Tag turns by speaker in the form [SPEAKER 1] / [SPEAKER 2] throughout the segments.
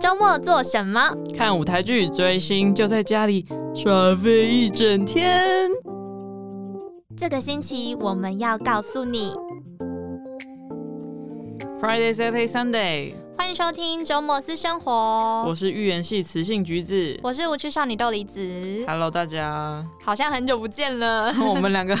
[SPEAKER 1] 周末做什么？
[SPEAKER 2] 看舞台剧、追星，就在家里耍废一整天。
[SPEAKER 1] 这个星期我们要告诉你。
[SPEAKER 2] Friday, Saturday, Sunday，
[SPEAKER 1] 欢迎收听周末私生
[SPEAKER 2] 我
[SPEAKER 1] 活，
[SPEAKER 2] 是预言系雌性橘子。
[SPEAKER 1] 哦我是无趣少女豆梨子，
[SPEAKER 2] Hello，大家，
[SPEAKER 1] 好像很久不见了。
[SPEAKER 2] 我们两个，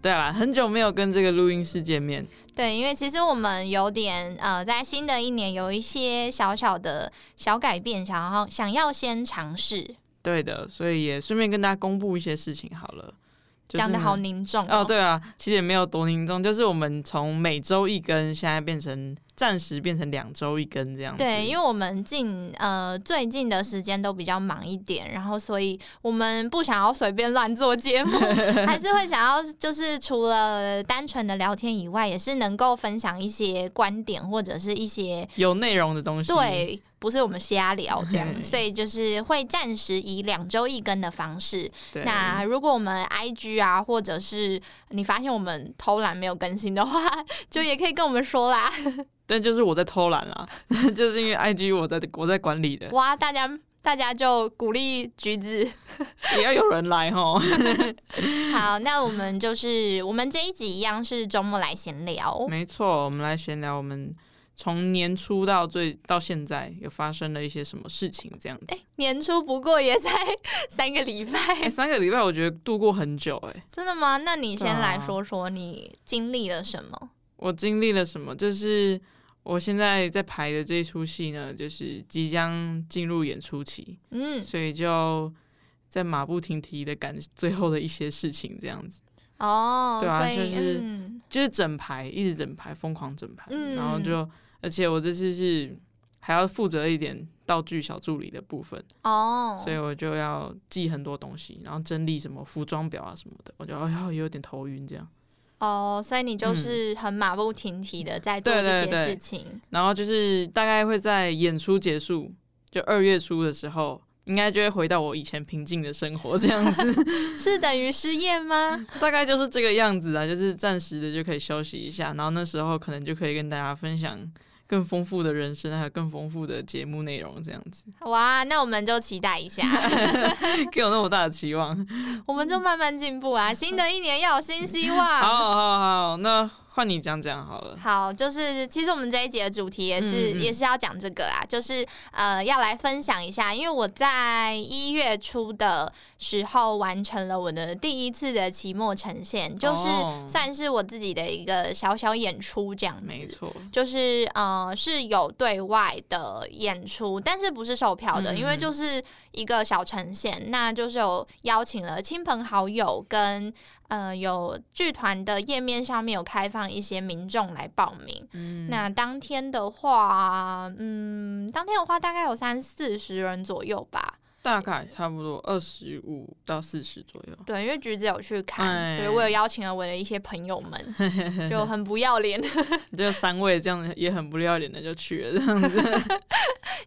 [SPEAKER 2] 对啦，很久没有跟这个录音室见面。
[SPEAKER 1] 对，因为其实我们有点呃，在新的一年有一些小小的小改变，想要想要先尝试，
[SPEAKER 2] 对的，所以也顺便跟大家公布一些事情好了。就是
[SPEAKER 1] 讲的好
[SPEAKER 2] 呢
[SPEAKER 1] 凝重
[SPEAKER 2] 哦，对啊，其实也没有多凝重，就是我们从每周一根，现在变成暂时变成两周一根这样子。
[SPEAKER 1] 对，因
[SPEAKER 2] 为
[SPEAKER 1] 为我们近呃最近的时间都比较忙一点，然后所以我们不想要随便乱做节目， 还是会想要就是除了单纯的聊天以外，也是能够分享一些观点或者是一些
[SPEAKER 2] 有内容的东西。，
[SPEAKER 1] 对，不是我们瞎聊这样，
[SPEAKER 2] 对
[SPEAKER 1] 所以就是会暂时以两周一更的方式。
[SPEAKER 2] 对
[SPEAKER 1] 那如果我们 IG 啊，或者是你发现我们偷懒没有更新的话， 就也可以跟我们说 啦。
[SPEAKER 2] 但就是我在偷懒啦， 就是因为 IG 我在我在管理的，
[SPEAKER 1] 哇，大家大家就鼓励橘子。
[SPEAKER 2] 也要有人来吼。
[SPEAKER 1] 好，那我们就是我们这一集一样是周末来闲聊。
[SPEAKER 2] 没错，我们来闲聊我们从年初到最到现在有发生了一些什么事情这样子。
[SPEAKER 1] 年初不过也才三个礼
[SPEAKER 2] 哎、
[SPEAKER 1] 拜，
[SPEAKER 2] 三个礼拜我觉得度过很久哎、
[SPEAKER 1] 真的吗？那你先
[SPEAKER 2] 对啊
[SPEAKER 1] 来说说你经历了什么？
[SPEAKER 2] 我经历了什么？就是我现在在排的这一出戏呢，就是即将进入演出期，
[SPEAKER 1] 嗯，
[SPEAKER 2] 所以就在马不停蹄的赶最后的一些事情，这样子，
[SPEAKER 1] 哦，
[SPEAKER 2] 对啊
[SPEAKER 1] 所以、
[SPEAKER 2] 就是
[SPEAKER 1] 嗯
[SPEAKER 2] 就是整排一直整排疯狂整排，
[SPEAKER 1] 嗯
[SPEAKER 2] 然后就而且我这次是还要负责一点道具小助理的部分，
[SPEAKER 1] 哦，
[SPEAKER 2] 所以我就要记很多东西，然后整理什么服装表啊什么的，我就哎呀有点头晕这样。
[SPEAKER 1] 哦，所以你就是很马不停蹄的在做
[SPEAKER 2] 嗯对
[SPEAKER 1] 这些
[SPEAKER 2] 对对
[SPEAKER 1] 事情。
[SPEAKER 2] 然后就是大概会在演出结束，就二月初的时候，应该就会回到我以前平静的生活这样 子，
[SPEAKER 1] 是等于失业吗？
[SPEAKER 2] 大概就是这个样子啊，就是暂时的就可以休息一下，然后那时候可能就可以跟大家分享更丰富的人生，还有更丰富的节目内容这样子，
[SPEAKER 1] 哇，那我们就期待一 下，
[SPEAKER 2] 给我那么大的期望。
[SPEAKER 1] 我们就慢慢进步啊！新的一年要有新希望。
[SPEAKER 2] 好好好好，那换你讲讲好了。
[SPEAKER 1] 好，就是其实我们这一节的主题也是、
[SPEAKER 2] 嗯嗯
[SPEAKER 1] 也是要讲这个啊，就是呃要来分享一下，因为我在一月初的时候完成了我的第一次的期末呈现，就是
[SPEAKER 2] 哦
[SPEAKER 1] 算是我自己的一个小小演出这样
[SPEAKER 2] 没
[SPEAKER 1] 子。
[SPEAKER 2] 错，
[SPEAKER 1] 就是呃是有对外的演出，但是不是售票的，
[SPEAKER 2] 嗯嗯
[SPEAKER 1] 因为就是一个小呈现，那就是有邀请了亲朋好友跟呃有剧团的页面上面有开放一些民众来报名。
[SPEAKER 2] 嗯，
[SPEAKER 1] 那当天的话，嗯，当天的话大概有三四十人左右吧。
[SPEAKER 2] 大概差不多二十五到四十左右。
[SPEAKER 1] 对，因为橘子有去看，
[SPEAKER 2] 哎
[SPEAKER 1] 所以我有邀请了我的一些朋友们，就很不要脸，
[SPEAKER 2] 就三位这样也很不要脸的就去了 这样子。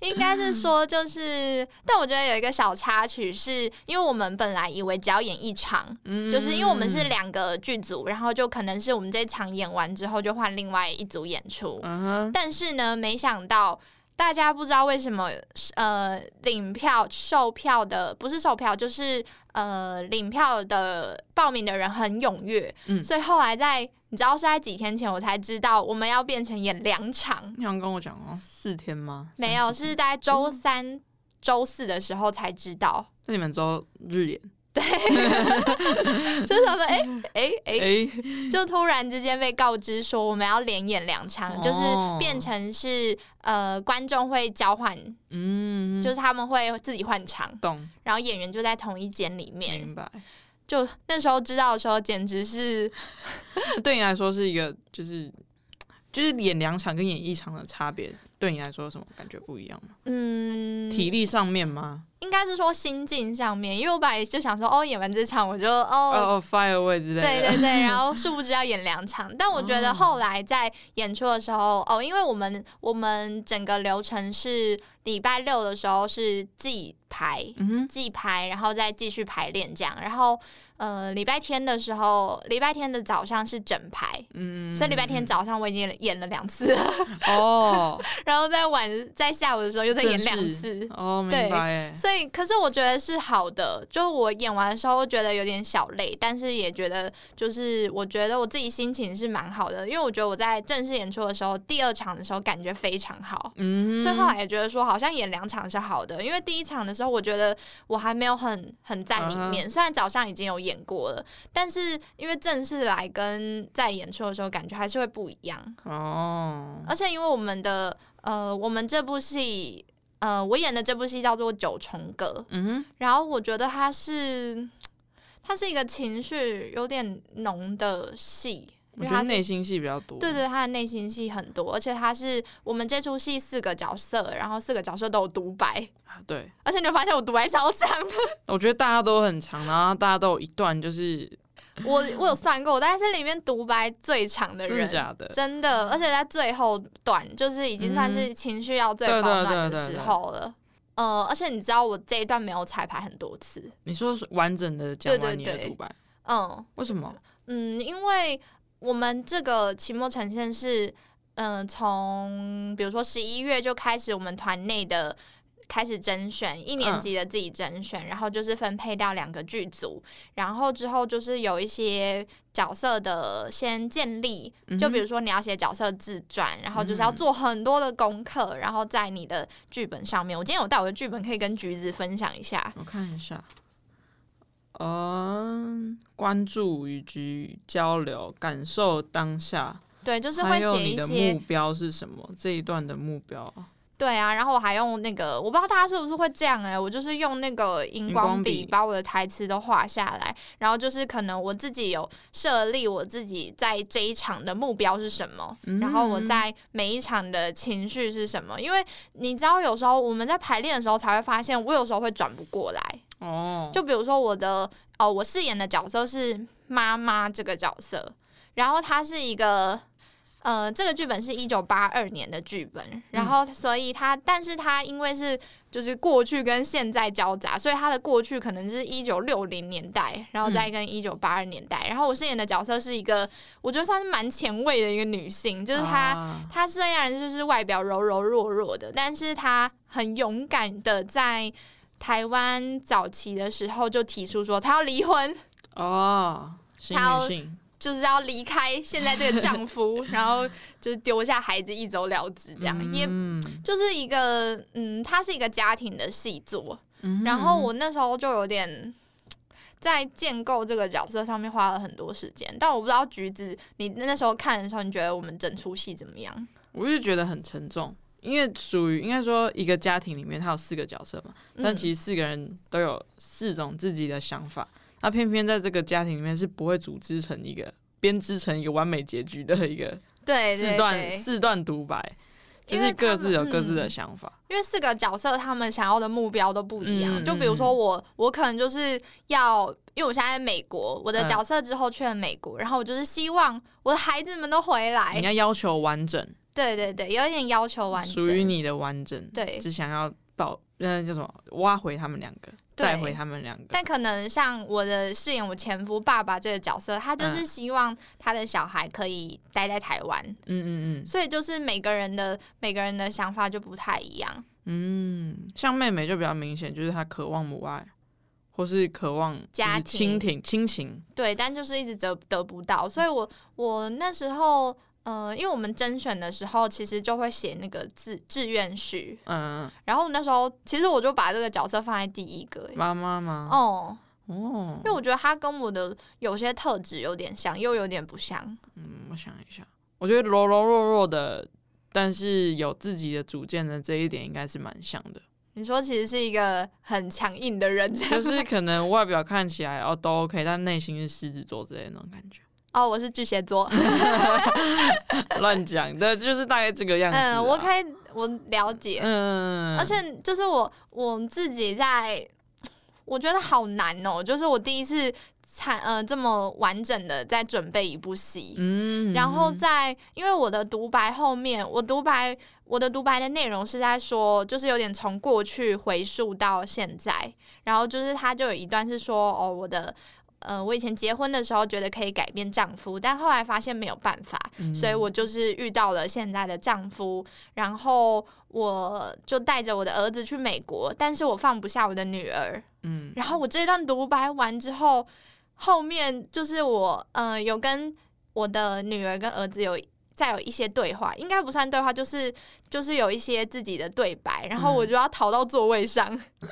[SPEAKER 1] 应该是说，就是，但我觉得有一个小插曲是，因为我们本来以为只要演一场，
[SPEAKER 2] 嗯
[SPEAKER 1] 就是因为我们是两个剧组，然后就可能是我们这一场演完之后就换另外一组演出。
[SPEAKER 2] 嗯哼，
[SPEAKER 1] 但是呢，没想到大家不知道为什么，呃，领票售票的不是售票，就是呃，领票的报名的人很踊跃，
[SPEAKER 2] 嗯
[SPEAKER 1] 所以后来在你知道是在几天前我才知道我们要变成演两场。
[SPEAKER 2] 你想跟我讲哦，四天吗？
[SPEAKER 1] 没有，
[SPEAKER 2] 三四天
[SPEAKER 1] 是在周三、周四的时候才知 道，
[SPEAKER 2] 那你们周日演？
[SPEAKER 1] 就想说，哎哎哎，
[SPEAKER 2] 哎，
[SPEAKER 1] 就突然之间被告知说我们要连演两场，
[SPEAKER 2] 哦
[SPEAKER 1] 就是变成是呃观众会交换，
[SPEAKER 2] 嗯，
[SPEAKER 1] 就是他们会自己换场，
[SPEAKER 2] 懂，
[SPEAKER 1] 然后演员就在同一间里面。
[SPEAKER 2] 明白。
[SPEAKER 1] 就那时候知道的时候，简直是
[SPEAKER 2] 对你来说是一个，就是就是演两场跟演一场的差别，对你来说有什么感觉不一样吗？
[SPEAKER 1] 嗯，
[SPEAKER 2] 体力上面吗？
[SPEAKER 1] 应该是说心境上面，因为我本来就想说，哦，演完这场我就哦
[SPEAKER 2] 哦哦，fire away 之类
[SPEAKER 1] 对
[SPEAKER 2] 的。
[SPEAKER 1] 对对，然后殊不知要演两场，但我
[SPEAKER 2] 哦
[SPEAKER 1] 觉得后来在演出的时候，哦，因为我们我们整个流程是礼拜六的时候是记排。
[SPEAKER 2] 嗯哼，
[SPEAKER 1] 记排，然后再继续排练这样，然后呃，礼拜天的时候，礼拜天的早上是整排，
[SPEAKER 2] 嗯，
[SPEAKER 1] 所以礼拜天早上我已经演了两次了，
[SPEAKER 2] 哦，
[SPEAKER 1] 然后在晚在下午的时候 又再演两
[SPEAKER 2] 正式
[SPEAKER 1] 次。
[SPEAKER 2] 哦，明
[SPEAKER 1] 对
[SPEAKER 2] 白哎，
[SPEAKER 1] 所以，可是我觉得是好的，就我演完的时候觉得有点小累，但是也觉得就是我觉得我自己心情是蛮好的，因为我觉得我在正式演出的时候，第二场的时候感觉非常好。
[SPEAKER 2] 嗯，
[SPEAKER 1] 所以后来也觉得说，好像演两场是好的，因为第一场的时候，我觉得我还没有很很在里面。虽然早上已经有演过了，但是因为正式来跟在演出的时候，感觉还是会不一样。
[SPEAKER 2] 嗯哦，
[SPEAKER 1] 而且因为我们的呃，我们这部戏呃，我演的这部戏叫做《九重阁》，
[SPEAKER 2] 嗯哼，
[SPEAKER 1] 然后我觉得它是它是一个情绪有点浓的戏，因
[SPEAKER 2] 我
[SPEAKER 1] 为
[SPEAKER 2] 觉得
[SPEAKER 1] 它是
[SPEAKER 2] 内心戏比较多，
[SPEAKER 1] 对对，他的内心戏很多，而且他是我们这出戏四个角色，然后四个角色都有独白，
[SPEAKER 2] 啊对，
[SPEAKER 1] 而且你会发现我独白超长 的，
[SPEAKER 2] 我觉得大家都很长，然后大家都有一段就是
[SPEAKER 1] 我我有算过，我大概是里面独白最长的
[SPEAKER 2] 真的
[SPEAKER 1] 人，
[SPEAKER 2] 假的，嗯
[SPEAKER 1] 真的，而且在最后段，就是已经算是情绪要最
[SPEAKER 2] 对对
[SPEAKER 1] 饱满
[SPEAKER 2] 对
[SPEAKER 1] 的
[SPEAKER 2] 对
[SPEAKER 1] 时
[SPEAKER 2] 对
[SPEAKER 1] 候了。呃，而且你知道我这一段没有彩排很多次，
[SPEAKER 2] 你说是完整的讲
[SPEAKER 1] 对对
[SPEAKER 2] 完你的
[SPEAKER 1] 对
[SPEAKER 2] 独白，
[SPEAKER 1] 嗯
[SPEAKER 2] 为什么？
[SPEAKER 1] 嗯，因为我们这个期末呈现是，嗯、从比如说十一月就开始我们团内的开始甄选，一年
[SPEAKER 2] 嗯
[SPEAKER 1] 级的自己甄选，然后就是分配到两个剧组，然后之后就是有一些角色的先建立，就比如说你要写角色自传，然后就是要
[SPEAKER 2] 嗯
[SPEAKER 1] 做很多的功课，然后在你的剧本上面，我今天有带我的剧本可以跟橘子分享一下，
[SPEAKER 2] 我看一下，嗯，关注以及交流，感受当下，
[SPEAKER 1] 对，就是会
[SPEAKER 2] 还有
[SPEAKER 1] 写
[SPEAKER 2] 你
[SPEAKER 1] 一
[SPEAKER 2] 的
[SPEAKER 1] 些
[SPEAKER 2] 目标是什么？这一段的目标，
[SPEAKER 1] 对啊，然后我还用那个，我不知道大家是不是会这样哎、我就是用那个荧
[SPEAKER 2] 荧
[SPEAKER 1] 光
[SPEAKER 2] 光
[SPEAKER 1] 笔
[SPEAKER 2] 笔
[SPEAKER 1] 把我的台词都画下来，然后就是可能我自己有设立我自己在这一场的目标是什么，然后我
[SPEAKER 2] 嗯
[SPEAKER 1] 在每一场的情绪是什么，因为你知道有时候我们在排练的时候才会发现，我有时候会转不过来，
[SPEAKER 2] 哦，
[SPEAKER 1] 就比如说我的哦，我饰演的角色是妈妈这个角色，然后她是一个呃，这个剧本是一九八二年的剧本，然后所以她，但是她因为是就是过去跟现在交杂，所以她的过去可能是一九六零年代，然后再跟一九八二年代，然后我饰演的角色是一个我觉得算是蛮前卫的一个女性，就是她。
[SPEAKER 2] 啊
[SPEAKER 1] 她虽然就是外表柔柔弱弱的，但是她很勇敢的在台湾早期的时候就提出说，她要离婚，
[SPEAKER 2] 哦，新
[SPEAKER 1] 他要
[SPEAKER 2] 女性，
[SPEAKER 1] 就是要离开现在这个丈 夫，然后就是丢下孩子一走了之，这样、也
[SPEAKER 2] 嗯
[SPEAKER 1] 就是一个嗯，它是一个家庭的细作。
[SPEAKER 2] 嗯哼
[SPEAKER 1] 然后我那时候就有点。在建构这个角色上面花了很多时间，但我不知道橘子，你那时候看的时候，你觉得我们整出戏怎么样？
[SPEAKER 2] 我就觉得很沉重，因为属于应该说一个家庭里面，它有四个角色嘛，但
[SPEAKER 1] 嗯
[SPEAKER 2] 其实四个人都有四种自己的想法，那偏偏在这个家庭里面是不会组织成一个编织成一个完美结局的一个
[SPEAKER 1] 对对
[SPEAKER 2] 四
[SPEAKER 1] 对。
[SPEAKER 2] 段四段独白，就
[SPEAKER 1] 因为
[SPEAKER 2] 是各
[SPEAKER 1] 他们
[SPEAKER 2] 自有各自的
[SPEAKER 1] 嗯
[SPEAKER 2] 想法，
[SPEAKER 1] 因为四个角色他们想要的目标都不一样。
[SPEAKER 2] 嗯
[SPEAKER 1] 就比如说我，我可能就是要，因为我现在在美国，我的
[SPEAKER 2] 嗯
[SPEAKER 1] 角色之后去了美国，然后我就是希望我的孩子们都回来
[SPEAKER 2] 你。要要求完整，
[SPEAKER 1] 对对对，有一点要求完整，
[SPEAKER 2] 属于你的完整，
[SPEAKER 1] 对
[SPEAKER 2] 只想要保那叫什么挖回他们两个，
[SPEAKER 1] 对
[SPEAKER 2] 带回他们两个，
[SPEAKER 1] 但可能像我的饰演我前夫爸爸这个角色，他就是希望他的小孩可以待在台湾，
[SPEAKER 2] 嗯嗯嗯嗯
[SPEAKER 1] 所以就是每个人的每个人的想法就不太一样。
[SPEAKER 2] 嗯，像妹妹就比较明显，就是她渴望母爱，或是渴望就是
[SPEAKER 1] 家庭
[SPEAKER 2] 亲情亲情，
[SPEAKER 1] 对，但就是一直得得不到，所以我我那时候，呃，因为我们甄选的时候，其实就会写那个志志愿序，
[SPEAKER 2] 嗯，嗯
[SPEAKER 1] 然后那时候其实我就把这个角色放在第一个、欸，
[SPEAKER 2] 妈妈吗？
[SPEAKER 1] 哦、
[SPEAKER 2] 哦
[SPEAKER 1] 因为，我觉得他跟我的有些特质有点像，又有点不像，
[SPEAKER 2] 嗯，我想一下，我觉得柔柔弱弱的，但是有自己的主见的这一点应该是蛮像 的，
[SPEAKER 1] 你说其实是一个很强硬的人，这样
[SPEAKER 2] 就
[SPEAKER 1] 吗
[SPEAKER 2] 是可能外表看起来哦都 OK，但内心是狮子座之类的那种感 觉，
[SPEAKER 1] 哦，我是巨蟹座，
[SPEAKER 2] 乱讲的，就是大概这个样子啊。
[SPEAKER 1] 嗯，我可以我了解，
[SPEAKER 2] 嗯，
[SPEAKER 1] 而且就是我我自己在，我觉得好难哦、就是我第一次参呃这么完整的在准备一部戏，
[SPEAKER 2] 嗯，
[SPEAKER 1] 然后在因为我的独白后面，我独白我的独白的内容是在说，就是有点从过去回溯到现在，然后就是他就有一段是说哦我的。呃，我以前结婚的时候觉得可以改变丈夫，但后来发现没有办法，
[SPEAKER 2] 嗯
[SPEAKER 1] 所以我就是遇到了现在的丈夫，然后我就带着我的儿子去美国，但是我放不下我的女儿。
[SPEAKER 2] 嗯
[SPEAKER 1] 然后我这段独白完之后，后面就是我呃有跟我的女儿跟儿子有再有一些对话，应该不算对话，就是就是有一些自己的对白，然后
[SPEAKER 2] 嗯
[SPEAKER 1] 我就要逃到座位上。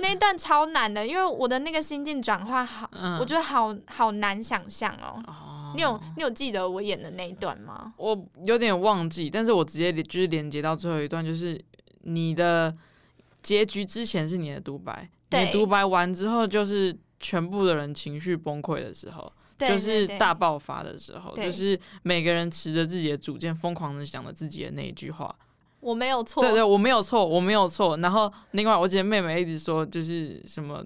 [SPEAKER 1] 那一段超难的，因为我的那个心境转换好，
[SPEAKER 2] 嗯，
[SPEAKER 1] 我觉得好好难想象哦。
[SPEAKER 2] 哦
[SPEAKER 1] 你有你有记得我演的那一段吗？
[SPEAKER 2] 我有点忘记，但是我直接连就是连接到最后一段，就是你的结局之前是你的独白，你
[SPEAKER 1] 对
[SPEAKER 2] 的独白完之后就是全部的人情绪崩溃的时候，
[SPEAKER 1] 对，
[SPEAKER 2] 就
[SPEAKER 1] 对
[SPEAKER 2] 是
[SPEAKER 1] 对
[SPEAKER 2] 大爆发的时候，
[SPEAKER 1] 对
[SPEAKER 2] 就是每个人持着自己的主见，疯狂的想着自己的那一句话。
[SPEAKER 1] 我没有错，
[SPEAKER 2] 对对，我没有错，我没有错。然后另外，我姐妹妹一直说就是什么。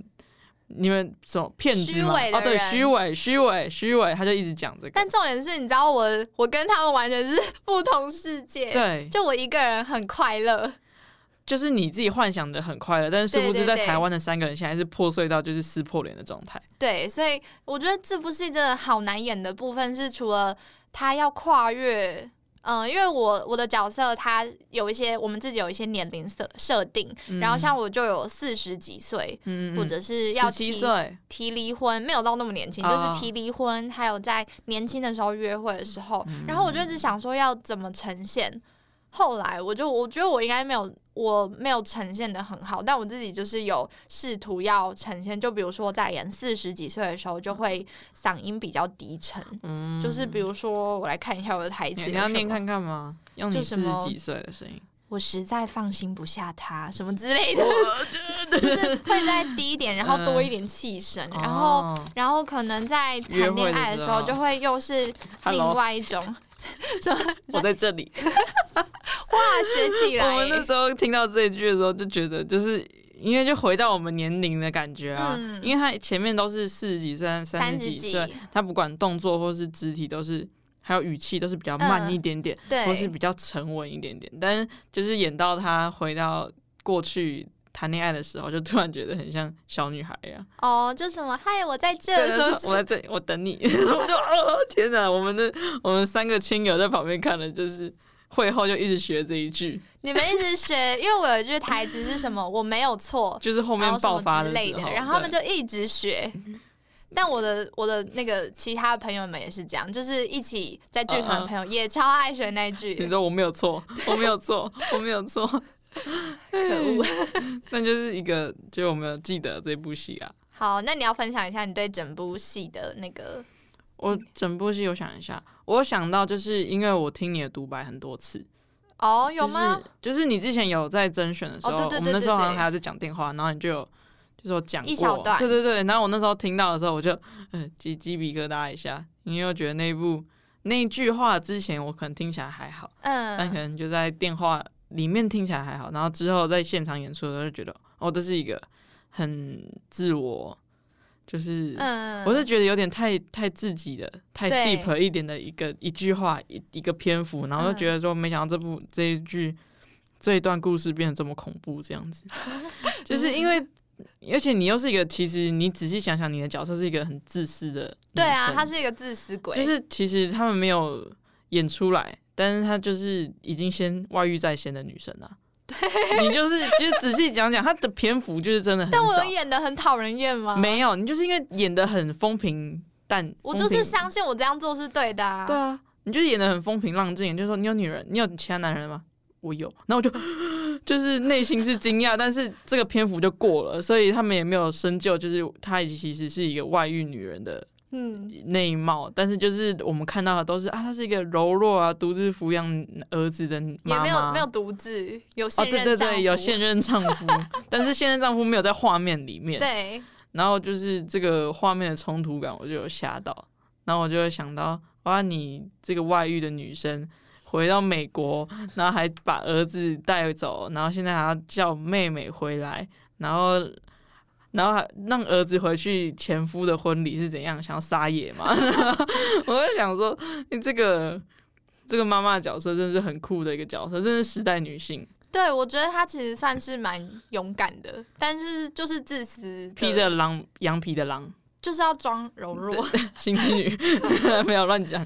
[SPEAKER 2] 你们什么骗子
[SPEAKER 1] 虚
[SPEAKER 2] 吗？
[SPEAKER 1] 伪的
[SPEAKER 2] 哦，对，
[SPEAKER 1] 人
[SPEAKER 2] 虚伪，虚伪，虚伪，她就一直讲这个。
[SPEAKER 1] 但重点是，你知道我我跟他们完全是 不同世界。
[SPEAKER 2] 对，
[SPEAKER 1] 就我一个人很快乐，
[SPEAKER 2] 就是你自己幻想的很快乐，但是殊不
[SPEAKER 1] 对
[SPEAKER 2] 知
[SPEAKER 1] 对
[SPEAKER 2] 在
[SPEAKER 1] 对
[SPEAKER 2] 台湾的三个人现在是破碎到就是撕破脸的状态。
[SPEAKER 1] 对，所以我觉得这部戏真的好难演的部分是，除了他要跨越，嗯、因为我我的角色他有一些我们自己有一些年龄设设定，然后像我就有四十几岁，
[SPEAKER 2] 嗯，
[SPEAKER 1] 或者是要
[SPEAKER 2] 七
[SPEAKER 1] 提
[SPEAKER 2] 岁，
[SPEAKER 1] 提离婚，没有到那么年轻，
[SPEAKER 2] 哦
[SPEAKER 1] 就是提离婚，还有在年轻的时候约会的时候，
[SPEAKER 2] 嗯
[SPEAKER 1] 然后我就一直想说要怎么呈现。后来我就我觉得我应该没有我没有呈现的很好，但我自己就是有试图要呈现，就比如说我在演四十几岁的时候，就会嗓音比较低沉，
[SPEAKER 2] 嗯
[SPEAKER 1] 就是比如说我来看一下我的台
[SPEAKER 2] 你
[SPEAKER 1] 词，
[SPEAKER 2] 你要念，看看吗？用你
[SPEAKER 1] 就
[SPEAKER 2] 四
[SPEAKER 1] 什么
[SPEAKER 2] 十几岁的声音，
[SPEAKER 1] 我实在放心不下他什么之类的， 就是会再低一点，然后多一点气声，然后
[SPEAKER 2] 哦
[SPEAKER 1] 然后可能在
[SPEAKER 2] 约
[SPEAKER 1] 谈
[SPEAKER 2] 会
[SPEAKER 1] 恋
[SPEAKER 2] 的
[SPEAKER 1] 爱的
[SPEAKER 2] 时
[SPEAKER 1] 时候，
[SPEAKER 2] 候
[SPEAKER 1] 就会又是另
[SPEAKER 2] Hello，
[SPEAKER 1] 外一 种什么
[SPEAKER 2] 我在这里。
[SPEAKER 1] 化学起
[SPEAKER 2] 我
[SPEAKER 1] 来。
[SPEAKER 2] 们那时候听到这一句的时候，就觉得就是因为就回到我们年龄的感觉啊，
[SPEAKER 1] 嗯
[SPEAKER 2] 因为他前面都是四十几岁、三
[SPEAKER 1] 三
[SPEAKER 2] 十
[SPEAKER 1] 十
[SPEAKER 2] 几
[SPEAKER 1] 几，
[SPEAKER 2] 岁，他不管动作或是肢体都是。还有语气都是比较慢
[SPEAKER 1] 嗯
[SPEAKER 2] 一点点，或是
[SPEAKER 1] 对
[SPEAKER 2] 比较沉稳一点点，但是就是演到她回到过去谈恋爱的时候，就突然觉得很像小女孩呀、
[SPEAKER 1] 哦，就什么嗨，我在这
[SPEAKER 2] 对，
[SPEAKER 1] 的时
[SPEAKER 2] 说
[SPEAKER 1] 候，
[SPEAKER 2] 我在这里，我等你。 我就哦，天哪！我们的我们三个亲友在旁边看了，就是会后就一直学这一句，
[SPEAKER 1] 你们一直学，因为我有一句台词是什 么，我没有错，
[SPEAKER 2] 就是后
[SPEAKER 1] 然
[SPEAKER 2] 面
[SPEAKER 1] 后哦什
[SPEAKER 2] 爆发
[SPEAKER 1] 么
[SPEAKER 2] 的
[SPEAKER 1] 之类
[SPEAKER 2] 时
[SPEAKER 1] 的
[SPEAKER 2] 候，，
[SPEAKER 1] 然后他们
[SPEAKER 2] 对
[SPEAKER 1] 就一直学。但我的我的那个其他的朋友们也是这样，就是一起在剧团
[SPEAKER 2] 嗯
[SPEAKER 1] 的
[SPEAKER 2] 嗯
[SPEAKER 1] 朋友也超爱学那一句，
[SPEAKER 2] 你说我没有错，我没有错，我没有错，
[SPEAKER 1] 可恶。
[SPEAKER 2] 那就是一个，就我们有记得这部戏啊。
[SPEAKER 1] 好，那你要分享一下你对整部戏的那个，嗯
[SPEAKER 2] 我整部戏我想一下，我想到就是因为我听你的独白很多次，
[SPEAKER 1] 哦，有吗？
[SPEAKER 2] 就是？就是你之前有在甄选的时候，
[SPEAKER 1] 哦对对
[SPEAKER 2] 我们那时候
[SPEAKER 1] 对对
[SPEAKER 2] 好像还要在讲电话，然后你就有就是有讲过
[SPEAKER 1] 一小段
[SPEAKER 2] 对对对。然后我那时候听到的时候，我就嗯鸡鸡皮疙瘩一下，因为我觉得那一部那一句话之前我可能听起来还好，但可
[SPEAKER 1] 嗯，
[SPEAKER 2] 能就在电话里面听起来还好，然后之后在现场演出的时候就觉得，哦，这是一个很自我，就是
[SPEAKER 1] 嗯，
[SPEAKER 2] 我是觉得有点太太自己的、太
[SPEAKER 1] 对
[SPEAKER 2] deep 一点的一个一句话一一个篇幅，然后就觉得说，没想到这部这一句这一段故事变得这么恐怖，这 样子，就是因为。而且你又是一个，其实你仔细想想，你的角色是一个很自私的女
[SPEAKER 1] 对啊，
[SPEAKER 2] 生
[SPEAKER 1] 他是一个自私鬼，
[SPEAKER 2] 就是其实他们没有演出来，但是她就是已经先外遇在先的女生 啦。对，你就是就是仔细讲讲，她的篇幅就是真的很
[SPEAKER 1] 但我
[SPEAKER 2] 少
[SPEAKER 1] 有，演的很讨人厌吗？，
[SPEAKER 2] 没有，你就是因为演的很风平淡，
[SPEAKER 1] 啊我
[SPEAKER 2] 风
[SPEAKER 1] 就
[SPEAKER 2] 平
[SPEAKER 1] 是相信我这样做是对的啊。
[SPEAKER 2] 对啊，你就是演的很风平浪静，你就说你有女人，你有其他男人吗？我有，然后我就 就是内心是惊 讶，但是这个篇幅就过了，所以他们也没有深究，就是她其实是一个外遇女人的
[SPEAKER 1] 嗯，
[SPEAKER 2] 内貌，但是就是我们看到的都是啊，她是一个柔弱啊，独自抚养儿子的妈
[SPEAKER 1] 也
[SPEAKER 2] 妈，
[SPEAKER 1] 没有没有独自有
[SPEAKER 2] 哦，
[SPEAKER 1] 现
[SPEAKER 2] 对
[SPEAKER 1] 任
[SPEAKER 2] 对
[SPEAKER 1] 丈夫
[SPEAKER 2] 对，有现任丈夫， 但是现任丈夫没有在画面里面，
[SPEAKER 1] 对
[SPEAKER 2] 然后就是这个画面的冲突感，我就有吓到，然后我就会想到，哇，你这个外遇的女生回到美国，然后还把儿子带走，然后现在还要叫妹妹回来，然后。然后还让儿子回去前夫的婚礼是怎样？想要撒野吗？ 我就想说，你这个这个妈妈的角色真是很酷的一个角色，真是时代女性，
[SPEAKER 1] 对，我觉得他其实算是蛮勇敢的，但是就是自私的，
[SPEAKER 2] 披着狼羊皮的狼。
[SPEAKER 1] 就是要装柔弱。
[SPEAKER 2] 心机女 没有乱讲，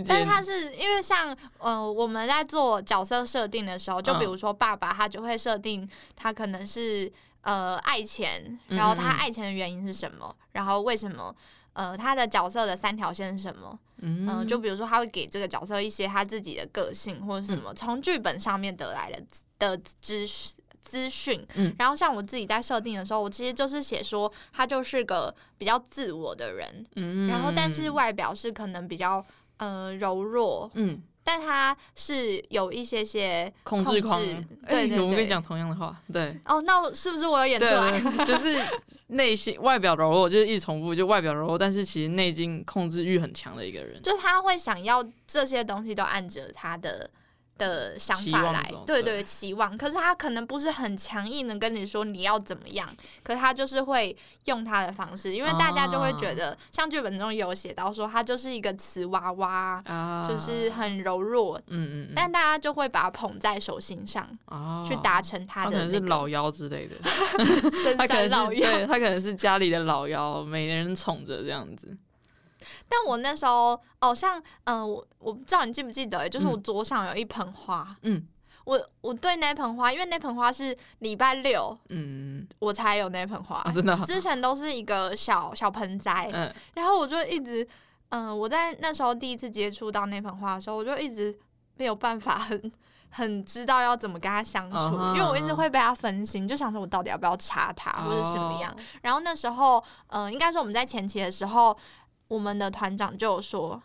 [SPEAKER 1] 但是
[SPEAKER 2] 解
[SPEAKER 1] 他是因为像呃，我们在做角色设定的时候，就比
[SPEAKER 2] 嗯
[SPEAKER 1] 如说爸爸，他就会设定他可能是呃爱钱，然后他
[SPEAKER 2] 嗯嗯嗯
[SPEAKER 1] 爱钱的原因是什么，然后为什么呃他的角色的三条线是什么？
[SPEAKER 2] 嗯
[SPEAKER 1] 嗯、就比如说他会给这个角色一些他自己的个性或者什
[SPEAKER 2] 嗯
[SPEAKER 1] 么，从剧本上面得来的资的知识。资讯
[SPEAKER 2] 嗯，
[SPEAKER 1] 然后像我自己在设定的时候，我其实就是写说他就是个比较自我的人，
[SPEAKER 2] 嗯
[SPEAKER 1] 然后但是外表是可能比较呃柔弱，
[SPEAKER 2] 嗯
[SPEAKER 1] 但他是有一些些
[SPEAKER 2] 控制狂，
[SPEAKER 1] 对
[SPEAKER 2] 哎
[SPEAKER 1] 对
[SPEAKER 2] 我们跟
[SPEAKER 1] 对。
[SPEAKER 2] 你讲同样的话，对。
[SPEAKER 1] 哦，那是不是我有演出
[SPEAKER 2] 对，
[SPEAKER 1] 来？
[SPEAKER 2] 就是内心外表柔弱，就是一直重复，就外表柔弱，但是其实内心控制欲很强的一个人。
[SPEAKER 1] 就他会想要这些东西都按着他的的想
[SPEAKER 2] 期
[SPEAKER 1] 法
[SPEAKER 2] 望
[SPEAKER 1] 来
[SPEAKER 2] 走，
[SPEAKER 1] 对
[SPEAKER 2] 对
[SPEAKER 1] 对，期望。可是他可能不是很强硬的跟你说你要怎么样，可是他就是会用他的方式，因为大家就会觉
[SPEAKER 2] 啊
[SPEAKER 1] 得，像剧本中有写到说他就是一个瓷娃娃，
[SPEAKER 2] 啊，
[SPEAKER 1] 就是很柔弱，
[SPEAKER 2] 嗯嗯嗯，
[SPEAKER 1] 但大家就会把他捧在手心上。
[SPEAKER 2] 啊
[SPEAKER 1] 去达成他
[SPEAKER 2] 他可
[SPEAKER 1] 的
[SPEAKER 2] 能是
[SPEAKER 1] 那 个
[SPEAKER 2] 老妖之类的，
[SPEAKER 1] 深
[SPEAKER 2] 他可能
[SPEAKER 1] 山老
[SPEAKER 2] 是
[SPEAKER 1] 妖。
[SPEAKER 2] 对他可能是家里的老妖，每人宠着这样子。
[SPEAKER 1] 但我那时候，哦，像嗯、呃我我不知道你记不记得，就是我桌上有一盆花，
[SPEAKER 2] 嗯
[SPEAKER 1] 我我对那盆花，因为那盆花是礼拜六
[SPEAKER 2] 嗯
[SPEAKER 1] 我才有那盆花，
[SPEAKER 2] 啊，真的啊，
[SPEAKER 1] 之前都是一个小小盆栽，
[SPEAKER 2] 嗯
[SPEAKER 1] 然后我就一直，嗯、我在那时候第一次接触到那盆花的时候，我就一直没有办法很。很知道要怎么跟它相处
[SPEAKER 2] 啊哈
[SPEAKER 1] 因为我一直会被它分心，就想说我到底要不要插它或者什么样。
[SPEAKER 2] 哦
[SPEAKER 1] 然后那时候，呃，应该说我们在前期的时候，我们的团长就有说，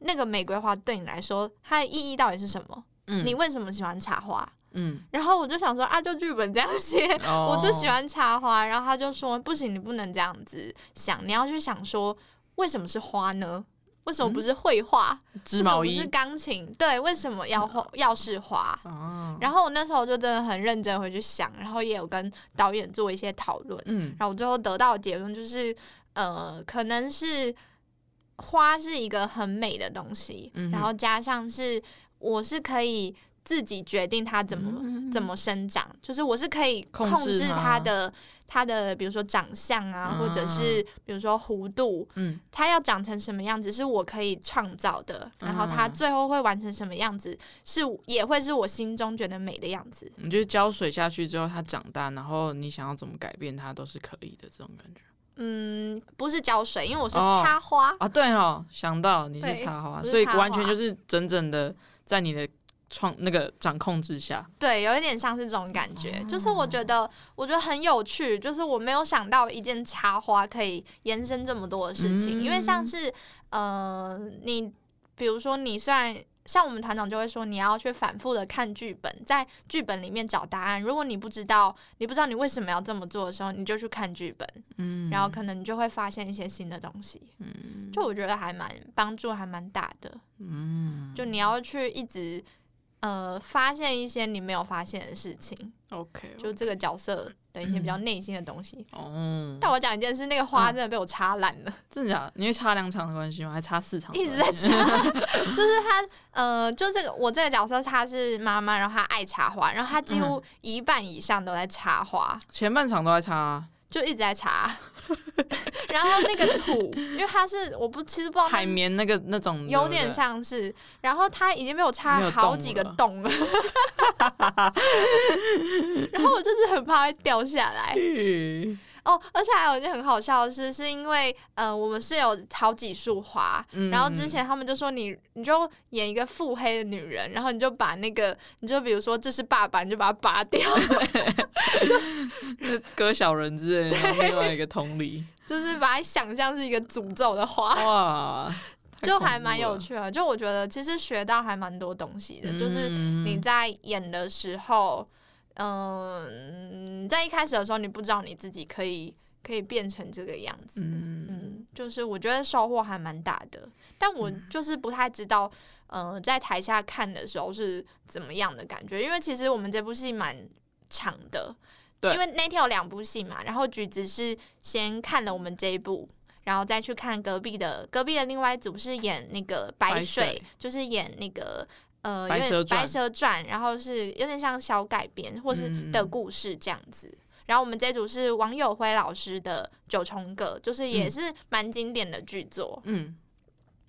[SPEAKER 1] 那个玫瑰花对你来说，它的意义到底是什么？
[SPEAKER 2] 嗯
[SPEAKER 1] 你为什么喜欢插花？
[SPEAKER 2] 嗯，
[SPEAKER 1] 然后我就想说啊，就剧本这样写，
[SPEAKER 2] 我
[SPEAKER 1] 我就喜欢插花。然后他就说不行，你不能这样子想，你要去想说为什么是花呢？为什么不是绘画？
[SPEAKER 2] 嗯哦织毛
[SPEAKER 1] 为什么不
[SPEAKER 2] 衣嗯
[SPEAKER 1] 是钢琴？对，为什么要画要是花？
[SPEAKER 2] 啊，
[SPEAKER 1] 然后我那时候就真的很认真回去想，然后也有跟导演做一些讨论。
[SPEAKER 2] 嗯
[SPEAKER 1] 然后我最后得到的结论就是，呃，可能是花是一个很美的东西，
[SPEAKER 2] 嗯哼
[SPEAKER 1] 然后加上是我是可以自己决定它怎么、
[SPEAKER 2] 嗯
[SPEAKER 1] 怎么生长，就是我是可以
[SPEAKER 2] 控
[SPEAKER 1] 控
[SPEAKER 2] 制
[SPEAKER 1] 制
[SPEAKER 2] 它
[SPEAKER 1] 它的它的，比如说长相啊，或者是比如说弧度，
[SPEAKER 2] 嗯
[SPEAKER 1] 它要长成什么样子是我可以创造的，然后它
[SPEAKER 2] 嗯
[SPEAKER 1] 最后会完成什么样子，是也会是我心中觉得美的样子。
[SPEAKER 2] 你就浇水下去之后，它长大，然后你想要怎么改变它都是可以的这种感觉
[SPEAKER 1] 嗯，不是浇水，因为我是
[SPEAKER 2] 哦
[SPEAKER 1] 插花。
[SPEAKER 2] 啊。对哦，想到你是
[SPEAKER 1] 对
[SPEAKER 2] 插花，
[SPEAKER 1] 我是
[SPEAKER 2] 所以
[SPEAKER 1] 插
[SPEAKER 2] 完全
[SPEAKER 1] 花
[SPEAKER 2] 就是整整的在你的创那个掌控之下。
[SPEAKER 1] 对，有一点像是这种感觉，就是我
[SPEAKER 2] 哦
[SPEAKER 1] 觉得我觉得很有趣，就是我没有想到一件插花可以延伸这么多的事情，
[SPEAKER 2] 嗯
[SPEAKER 1] 因为像是呃，你比如说你虽然。像我们团长就会说，你要去反复的看剧本，在剧本里面找答案。如果你不知道，你不知道你为什么要这么做的时候，你就去看剧本，
[SPEAKER 2] 嗯，
[SPEAKER 1] 然后可能你就会发现一些新的东西。
[SPEAKER 2] 嗯
[SPEAKER 1] 就我觉得还蛮帮助，还蛮大的。
[SPEAKER 2] 嗯
[SPEAKER 1] 就你要去一直呃发现一些你没有发现的事情。
[SPEAKER 2] OK，
[SPEAKER 1] 就这个角色的一些比较内心的东西。
[SPEAKER 2] 哦，
[SPEAKER 1] 但我讲一件事，那个
[SPEAKER 2] 嗯
[SPEAKER 1] 花真的被我插烂了，
[SPEAKER 2] 真的假的？因为插两场的关系吗？还插四场的
[SPEAKER 1] 一
[SPEAKER 2] 关
[SPEAKER 1] 直
[SPEAKER 2] 系？
[SPEAKER 1] 在插。 就是他，呃，就这个我这个角色她是妈妈，然后她爱插花，然后她几
[SPEAKER 2] 嗯
[SPEAKER 1] 乎一半以上都在插花，
[SPEAKER 2] 前半场都在插啊，
[SPEAKER 1] 就一直在插。 然后那个土，因为它是我不其实不知道它
[SPEAKER 2] 海绵那个那种的
[SPEAKER 1] 哦有点，像是，然后它已经被我插好几个洞了， 然后我就是很怕会掉下来。
[SPEAKER 2] 对不对
[SPEAKER 1] 哦，而且还有一件很好笑的事，是因为呃，我们是有好几束花，
[SPEAKER 2] 嗯
[SPEAKER 1] 然后之前他们就说你你就演一个腹黑的女人，然后你就把那个你就比如说这是爸爸，你就把它拔掉，
[SPEAKER 2] 那割小人之类的，然后另外一个同理，
[SPEAKER 1] 就是把它想象是一个诅咒的花，
[SPEAKER 2] 哇，太
[SPEAKER 1] 就
[SPEAKER 2] 恐
[SPEAKER 1] 还蛮
[SPEAKER 2] 怖
[SPEAKER 1] 有
[SPEAKER 2] 了。
[SPEAKER 1] 趣的。就我觉得其实学到还蛮多东西的，就是你
[SPEAKER 2] 嗯
[SPEAKER 1] 在演的时候，嗯、在一开始的时候你不知道你自己可以可以变成这个样子，
[SPEAKER 2] 嗯
[SPEAKER 1] 嗯，就是我觉得收获还蛮大的，但我就是不太知道，呃，在台下看的时候是怎么样的感觉，因为其实我们这部戏蛮长的，
[SPEAKER 2] 对
[SPEAKER 1] 因为那天有两部戏嘛，然后橘子是先看了我们这一部。然后再去看隔壁的，隔壁的另外一组是演那个白
[SPEAKER 2] 白
[SPEAKER 1] 水，
[SPEAKER 2] 水
[SPEAKER 1] 就是演那个呃，有
[SPEAKER 2] 白
[SPEAKER 1] 点
[SPEAKER 2] 蛇
[SPEAKER 1] 《白
[SPEAKER 2] 传
[SPEAKER 1] 蛇传》，然后是有点像小改编或是
[SPEAKER 2] 嗯嗯
[SPEAKER 1] 的
[SPEAKER 2] 嗯
[SPEAKER 1] 故事这样子。然后我们这组是王友辉老师的《九重葛》，就是也是蛮经典的剧作。
[SPEAKER 2] 嗯，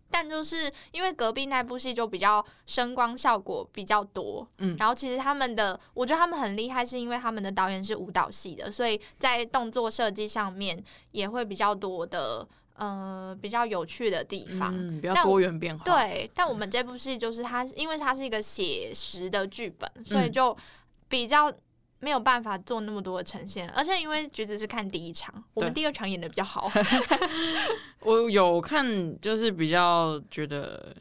[SPEAKER 1] 但就是因为隔壁那部戏就比较声光效果比较多，
[SPEAKER 2] 嗯
[SPEAKER 1] 然后其实他们的，我觉得他们很厉害，是因为他们的导演是舞蹈系的，所以在动作设计上面也会比较多的，呃，比较有趣的地方。
[SPEAKER 2] 嗯，比较
[SPEAKER 1] 但我
[SPEAKER 2] 多元变化。，
[SPEAKER 1] 对，但我们这部戏就是它，因为它是一个写实的剧本，所以
[SPEAKER 2] 嗯
[SPEAKER 1] 就比较没有办法做那么多的呈现。而且因为橘子是看第一场，我们
[SPEAKER 2] 对
[SPEAKER 1] 第二场演的比较 好，
[SPEAKER 2] 我有看，就是比较觉得，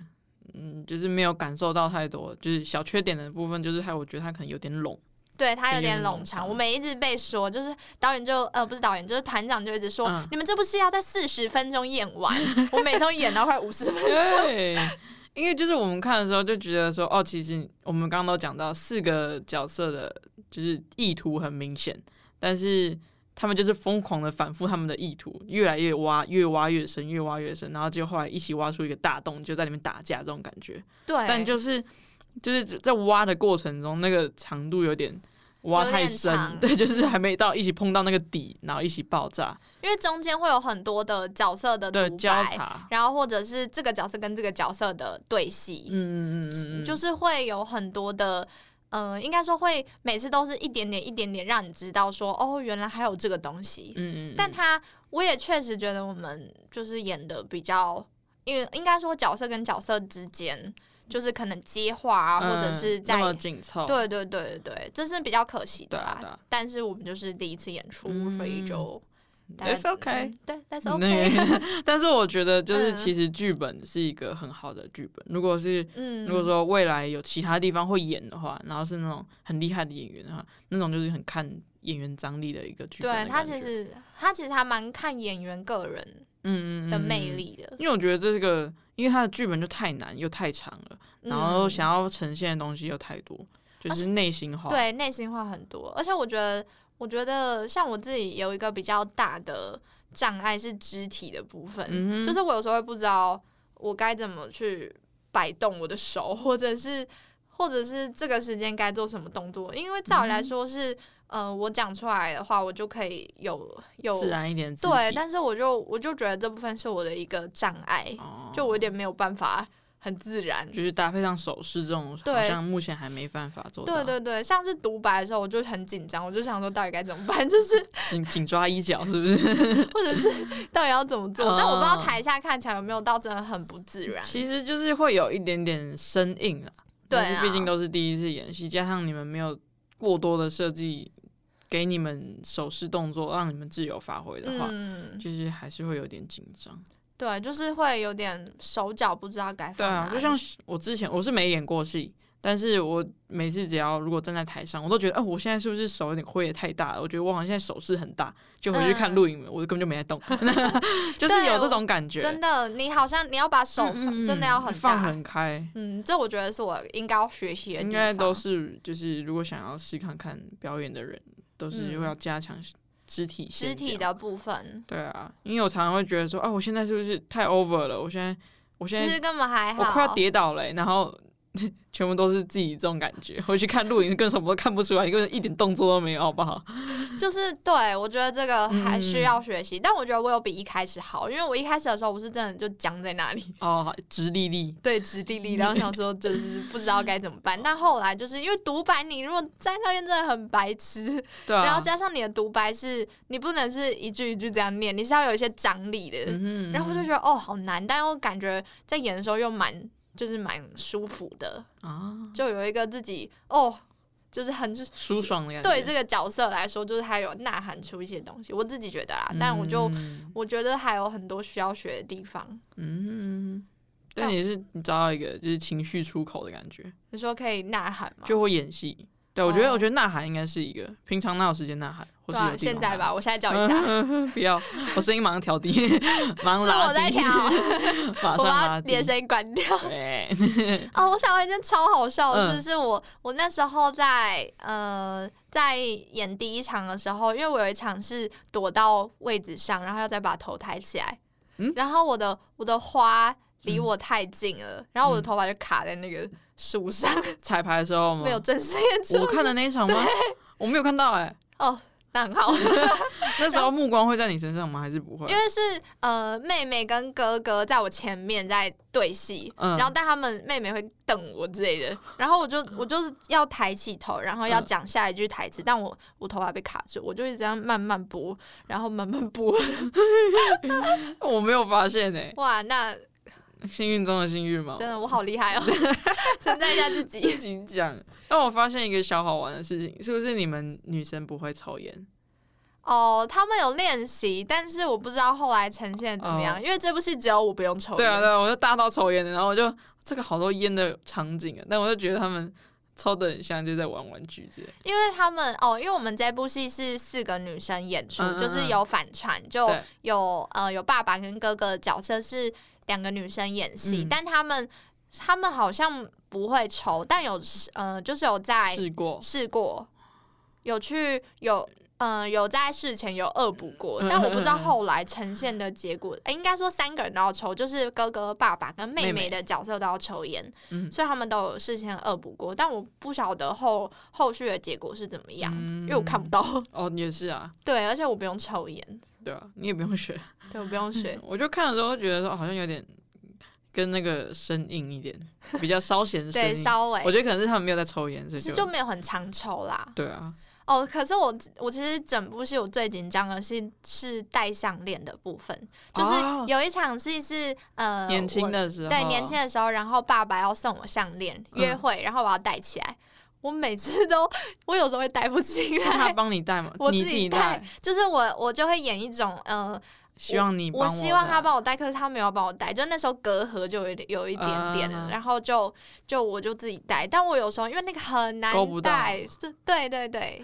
[SPEAKER 2] 嗯，就是没有感受到太多，就是小缺点的部分，就是还我觉得他可能有点拢。
[SPEAKER 1] 对他有
[SPEAKER 2] 有点
[SPEAKER 1] 点
[SPEAKER 2] 冗
[SPEAKER 1] 冗长。
[SPEAKER 2] 长
[SPEAKER 1] 我们一直被说，就是导演就呃不是导演，就是团长就一直说，
[SPEAKER 2] 嗯
[SPEAKER 1] 你们这部戏要在四十分钟演完， 我每次都演到快五十分钟。
[SPEAKER 2] 对，因为就是我们看的时候就觉得说，哦，其实我们刚刚都讲到四个角色的，就是意图很明显，但是他们就是疯狂的反复他们的意图，越来越挖，越挖越深，越挖越深，然后就后来一起挖出一个大洞，就在里面打架这种感觉。
[SPEAKER 1] 对，
[SPEAKER 2] 但就是就是在挖的过程中，那个长度有点。挖
[SPEAKER 1] 有
[SPEAKER 2] 太
[SPEAKER 1] 点
[SPEAKER 2] 深
[SPEAKER 1] 长，
[SPEAKER 2] 对，就是还没到一起碰到那个底，然后一起爆炸，
[SPEAKER 1] 因为中间会有很多的角色的
[SPEAKER 2] 对，
[SPEAKER 1] 呃独
[SPEAKER 2] 交
[SPEAKER 1] 白，
[SPEAKER 2] 叉，
[SPEAKER 1] 然后或者是这个角色跟这个角色的对戏，
[SPEAKER 2] 嗯嗯嗯嗯嗯，
[SPEAKER 1] 就是会有很多的，呃，应该说会每次都是一点点一点点让你知道说，哦，原来还有这个东西。
[SPEAKER 2] 嗯嗯，嗯
[SPEAKER 1] 但他，我也确实觉得我们就是演的比较，因为应该说角色跟角色之间，就是可能接话啊，或者
[SPEAKER 2] 嗯
[SPEAKER 1] 是
[SPEAKER 2] 那
[SPEAKER 1] 在。
[SPEAKER 2] 么紧凑，
[SPEAKER 1] 对对对对对，这是比较可惜的
[SPEAKER 2] 对啊
[SPEAKER 1] 啦。
[SPEAKER 2] 对啊
[SPEAKER 1] 但是我们就是第一次演出，所以
[SPEAKER 2] 嗯
[SPEAKER 1] 就
[SPEAKER 2] That's
[SPEAKER 1] 大家
[SPEAKER 2] okay
[SPEAKER 1] 嗯对，That's
[SPEAKER 2] 那
[SPEAKER 1] OK。
[SPEAKER 2] 但是我觉得，就是
[SPEAKER 1] 嗯
[SPEAKER 2] 其实剧本是一个很好的剧本。如果是
[SPEAKER 1] 嗯，
[SPEAKER 2] 如果说未来有其他地方会演的话，然后是那种很厉害的演员的话，那种就是很看演员张力的一个剧本的
[SPEAKER 1] 对
[SPEAKER 2] 感觉。嗯
[SPEAKER 1] 他其实他其实还蛮看演员个人
[SPEAKER 2] 嗯嗯嗯
[SPEAKER 1] 的魅，
[SPEAKER 2] 嗯
[SPEAKER 1] 力的，
[SPEAKER 2] 因为我觉得这个，因为他的剧本就太难又太长了，然后
[SPEAKER 1] 嗯
[SPEAKER 2] 想要呈现的东西又太多，就
[SPEAKER 1] 而
[SPEAKER 2] 是内心化。
[SPEAKER 1] 对，内心话很多，而且我觉得，我觉得像我自己有一个比较大的障碍是肢体的部分，
[SPEAKER 2] 嗯哼
[SPEAKER 1] 就是我有时候会不知道我该怎么去摆动我的手，或者是或者是这个时间该做什么动作，因为照理
[SPEAKER 2] 嗯
[SPEAKER 1] 来说是，呃，我讲出来的话，我就可以有有
[SPEAKER 2] 自然一点肢体。
[SPEAKER 1] 对，但是我就我就觉得这部分是我的一个障碍，
[SPEAKER 2] 哦
[SPEAKER 1] 就我有点没有办法很自然。
[SPEAKER 2] 就是搭配上手势这种，好
[SPEAKER 1] 对
[SPEAKER 2] 像目前还没办法做到。
[SPEAKER 1] 对对对，上次独白的时候我就很紧张，我就想说到底该怎么办， 就是
[SPEAKER 2] 紧紧抓衣角是 不是？
[SPEAKER 1] 或者 是到底要怎么做？
[SPEAKER 2] 嗯
[SPEAKER 1] 但我不知道台下看起来有没有到真的很不自然。
[SPEAKER 2] 其实就是会有一点点生硬啦，
[SPEAKER 1] 对
[SPEAKER 2] 但
[SPEAKER 1] 啊
[SPEAKER 2] 是毕竟都是第一次演戏，加上你们没有过多的设计给你们手势动作，让你们自由发挥的话，
[SPEAKER 1] 嗯，
[SPEAKER 2] 就是还是会有点紧张。
[SPEAKER 1] 对，就是会有点手脚不知道该
[SPEAKER 2] 对
[SPEAKER 1] 放哪
[SPEAKER 2] 啊
[SPEAKER 1] 里。，
[SPEAKER 2] 就像我之前我是没演过戏，但是我每次只要如果站在台上，我都觉得，哦、我现在是不是手有点挥的太大了？我觉得我好像现在手势很大，就回去看
[SPEAKER 1] 嗯
[SPEAKER 2] 录影，我根本就没 在动， 就是
[SPEAKER 1] 对
[SPEAKER 2] 有这
[SPEAKER 1] 我
[SPEAKER 2] 种感觉，
[SPEAKER 1] 真的，你好像你要把手
[SPEAKER 2] 嗯嗯
[SPEAKER 1] 放
[SPEAKER 2] 嗯
[SPEAKER 1] 真的要很
[SPEAKER 2] 放
[SPEAKER 1] 大。
[SPEAKER 2] 很开，
[SPEAKER 1] 嗯，这我觉得是我应该要学习的地方。
[SPEAKER 2] 应该都是就是如果想要试看看表演的人，都是
[SPEAKER 1] 嗯
[SPEAKER 2] 会要加强肢体
[SPEAKER 1] 肢
[SPEAKER 2] 线
[SPEAKER 1] 体
[SPEAKER 2] 这样。
[SPEAKER 1] 的部分，
[SPEAKER 2] 对啊，因为我常常会觉得说，啊，我现在是不是太 over 了？我现在我现
[SPEAKER 1] 其
[SPEAKER 2] 在
[SPEAKER 1] 实根本还
[SPEAKER 2] 我快要
[SPEAKER 1] 好。
[SPEAKER 2] 跌倒了欸、然后 全部都是自己这种感觉。回去看录影，更什么都看不出来，根本一点动作都没有，好不好？
[SPEAKER 1] 就是对我觉得这个还
[SPEAKER 2] 嗯
[SPEAKER 1] 需要学习，但我觉得我有比一开始好，因为我一开始的时候我是真的就僵在那里，
[SPEAKER 2] 哦，直立立，
[SPEAKER 1] 对，直立立，然后想说就是不知道该怎么办。但后来就是因为独白，你如果在那边真的很白痴，
[SPEAKER 2] 对啊。
[SPEAKER 1] 然后加上你的独白是你不能是一句一句这样念，你是要有一些张力的。
[SPEAKER 2] 嗯哼，
[SPEAKER 1] 然后我就
[SPEAKER 2] 嗯
[SPEAKER 1] 觉得哦好难，但又感觉在演的时候又蛮就是蛮舒服的，
[SPEAKER 2] 哼啊，
[SPEAKER 1] 就有一个自己哦就是很
[SPEAKER 2] 舒爽的感觉。
[SPEAKER 1] 对这个角色来说，就是还有呐喊出一些东西，我自己觉得啦。但我就
[SPEAKER 2] 嗯
[SPEAKER 1] 我觉得还有很多需要学的地方。
[SPEAKER 2] 嗯哼，但也是你找到一个就是情绪出口的感觉。
[SPEAKER 1] 你说可以呐喊吗？
[SPEAKER 2] 就会演戏。对，我觉得、
[SPEAKER 1] 哦
[SPEAKER 2] 我觉得呐喊应该是一个平常哪有时间呐喊，或
[SPEAKER 1] 对
[SPEAKER 2] 是有
[SPEAKER 1] 啊，
[SPEAKER 2] 地
[SPEAKER 1] 现
[SPEAKER 2] 方
[SPEAKER 1] 在
[SPEAKER 2] 呐
[SPEAKER 1] 吧，
[SPEAKER 2] 喊。
[SPEAKER 1] 我现在叫一下。
[SPEAKER 2] 不要，我声音马上调低， 马上
[SPEAKER 1] 是
[SPEAKER 2] 啊拉
[SPEAKER 1] 我在
[SPEAKER 2] 低
[SPEAKER 1] 调，，
[SPEAKER 2] 马
[SPEAKER 1] 我
[SPEAKER 2] 上
[SPEAKER 1] 把
[SPEAKER 2] 拉
[SPEAKER 1] 连
[SPEAKER 2] 低。
[SPEAKER 1] 声音关掉。
[SPEAKER 2] 对，
[SPEAKER 1] 哦，我想到一件超好笑的事，
[SPEAKER 2] 嗯
[SPEAKER 1] 是我我那时候在呃在演第一场的时候，因为我有一场是躲到位置上，然后要再把头抬起来，
[SPEAKER 2] 嗯
[SPEAKER 1] 然后我的我的花离我太近了，然
[SPEAKER 2] 嗯
[SPEAKER 1] 后我的头发就卡在那个树上，
[SPEAKER 2] 彩排的时候吗
[SPEAKER 1] 没有正式演 出。
[SPEAKER 2] 我看的那一场吗？我没有看到哎、
[SPEAKER 1] 哦，叹号，
[SPEAKER 2] 那时候目光会在你身上吗？还是不会
[SPEAKER 1] 因？为是呃妹妹跟哥哥在我前面在对戏，
[SPEAKER 2] 嗯
[SPEAKER 1] 然后但他们妹妹会瞪我之类的，然后我就我就是要抬起头，然后要讲下一句台词，但我我头发被卡住，我就一直这样慢慢播，然后慢慢播，
[SPEAKER 2] 我没有发现诶、
[SPEAKER 1] 哇，那
[SPEAKER 2] 幸运中的幸运嘛。
[SPEAKER 1] 真的我好厉害 哦，称赞一下自己
[SPEAKER 2] 自。己讲。但我发现一个小好玩的事情，是不是你们女生不会抽烟？
[SPEAKER 1] 哦，他们有练习，但是我不知道后来呈现怎么样，
[SPEAKER 2] 哦
[SPEAKER 1] 因为这部戏只有我不用抽烟。
[SPEAKER 2] 对啊，对啊，我就大到抽烟的，然后我就这个好多烟的场景啊，但我就觉得他们抽的很像，就在玩玩具之类。
[SPEAKER 1] 因为他们哦，因为我们这部戏是四个女生演出，
[SPEAKER 2] 嗯嗯嗯
[SPEAKER 1] 就是有反串，就
[SPEAKER 2] 对
[SPEAKER 1] 有呃有爸爸跟哥哥的角色是两个女生演戏，
[SPEAKER 2] 嗯
[SPEAKER 1] 但他们他们好像不会抽，但有呃就是有在
[SPEAKER 2] 试过，
[SPEAKER 1] 试过，有去有。嗯，有在事前有恶补过，
[SPEAKER 2] 嗯
[SPEAKER 1] 但我不知道
[SPEAKER 2] 嗯嗯嗯
[SPEAKER 1] 后来呈现的结果。诶应该说三个人都要抽，就是哥哥、爸爸跟妹
[SPEAKER 2] 妹
[SPEAKER 1] 妹
[SPEAKER 2] 妹
[SPEAKER 1] 的角色都要抽烟，
[SPEAKER 2] 嗯
[SPEAKER 1] 所以他们都有事先恶补过。但我不晓得后后续的结果是怎么样，
[SPEAKER 2] 嗯
[SPEAKER 1] 因为我看不到。
[SPEAKER 2] 哦，也是啊，
[SPEAKER 1] 对，而且我不用抽烟，
[SPEAKER 2] 对啊，你也不用学。
[SPEAKER 1] 对，我不 用学。
[SPEAKER 2] 我就看的时候觉得说，好像有点跟那个生硬一点，比较稍显生
[SPEAKER 1] 对，
[SPEAKER 2] 硬。
[SPEAKER 1] 稍
[SPEAKER 2] 我
[SPEAKER 1] 微
[SPEAKER 2] 觉得可能是他们没有在抽烟，所以
[SPEAKER 1] 哎是
[SPEAKER 2] 就
[SPEAKER 1] 就没有很常抽啦。
[SPEAKER 2] 对啊，
[SPEAKER 1] 哦，可是我我其实整部戏我最紧张的是是戴项链的部分，就是
[SPEAKER 2] 哦
[SPEAKER 1] 有一场戏是呃
[SPEAKER 2] 年轻
[SPEAKER 1] 我
[SPEAKER 2] 的时候，
[SPEAKER 1] 对年轻的时候，然后爸爸要送我项链
[SPEAKER 2] 嗯
[SPEAKER 1] 约会，然后我要戴起来，我每次都我有时候会戴不起
[SPEAKER 2] 是他
[SPEAKER 1] 来，
[SPEAKER 2] 帮你带吗？
[SPEAKER 1] 我
[SPEAKER 2] 你
[SPEAKER 1] 自己戴
[SPEAKER 2] 带，
[SPEAKER 1] 就是我我就会演一种呃，
[SPEAKER 2] 希望你帮
[SPEAKER 1] 我希望
[SPEAKER 2] 带
[SPEAKER 1] 他帮我戴，可是他没有帮我戴，就那时候隔阂就有一点有一点点了，
[SPEAKER 2] 啊
[SPEAKER 1] 然后就就我就自己戴，但我有时候因为那个很难
[SPEAKER 2] 勾不到
[SPEAKER 1] 戴，这对对对，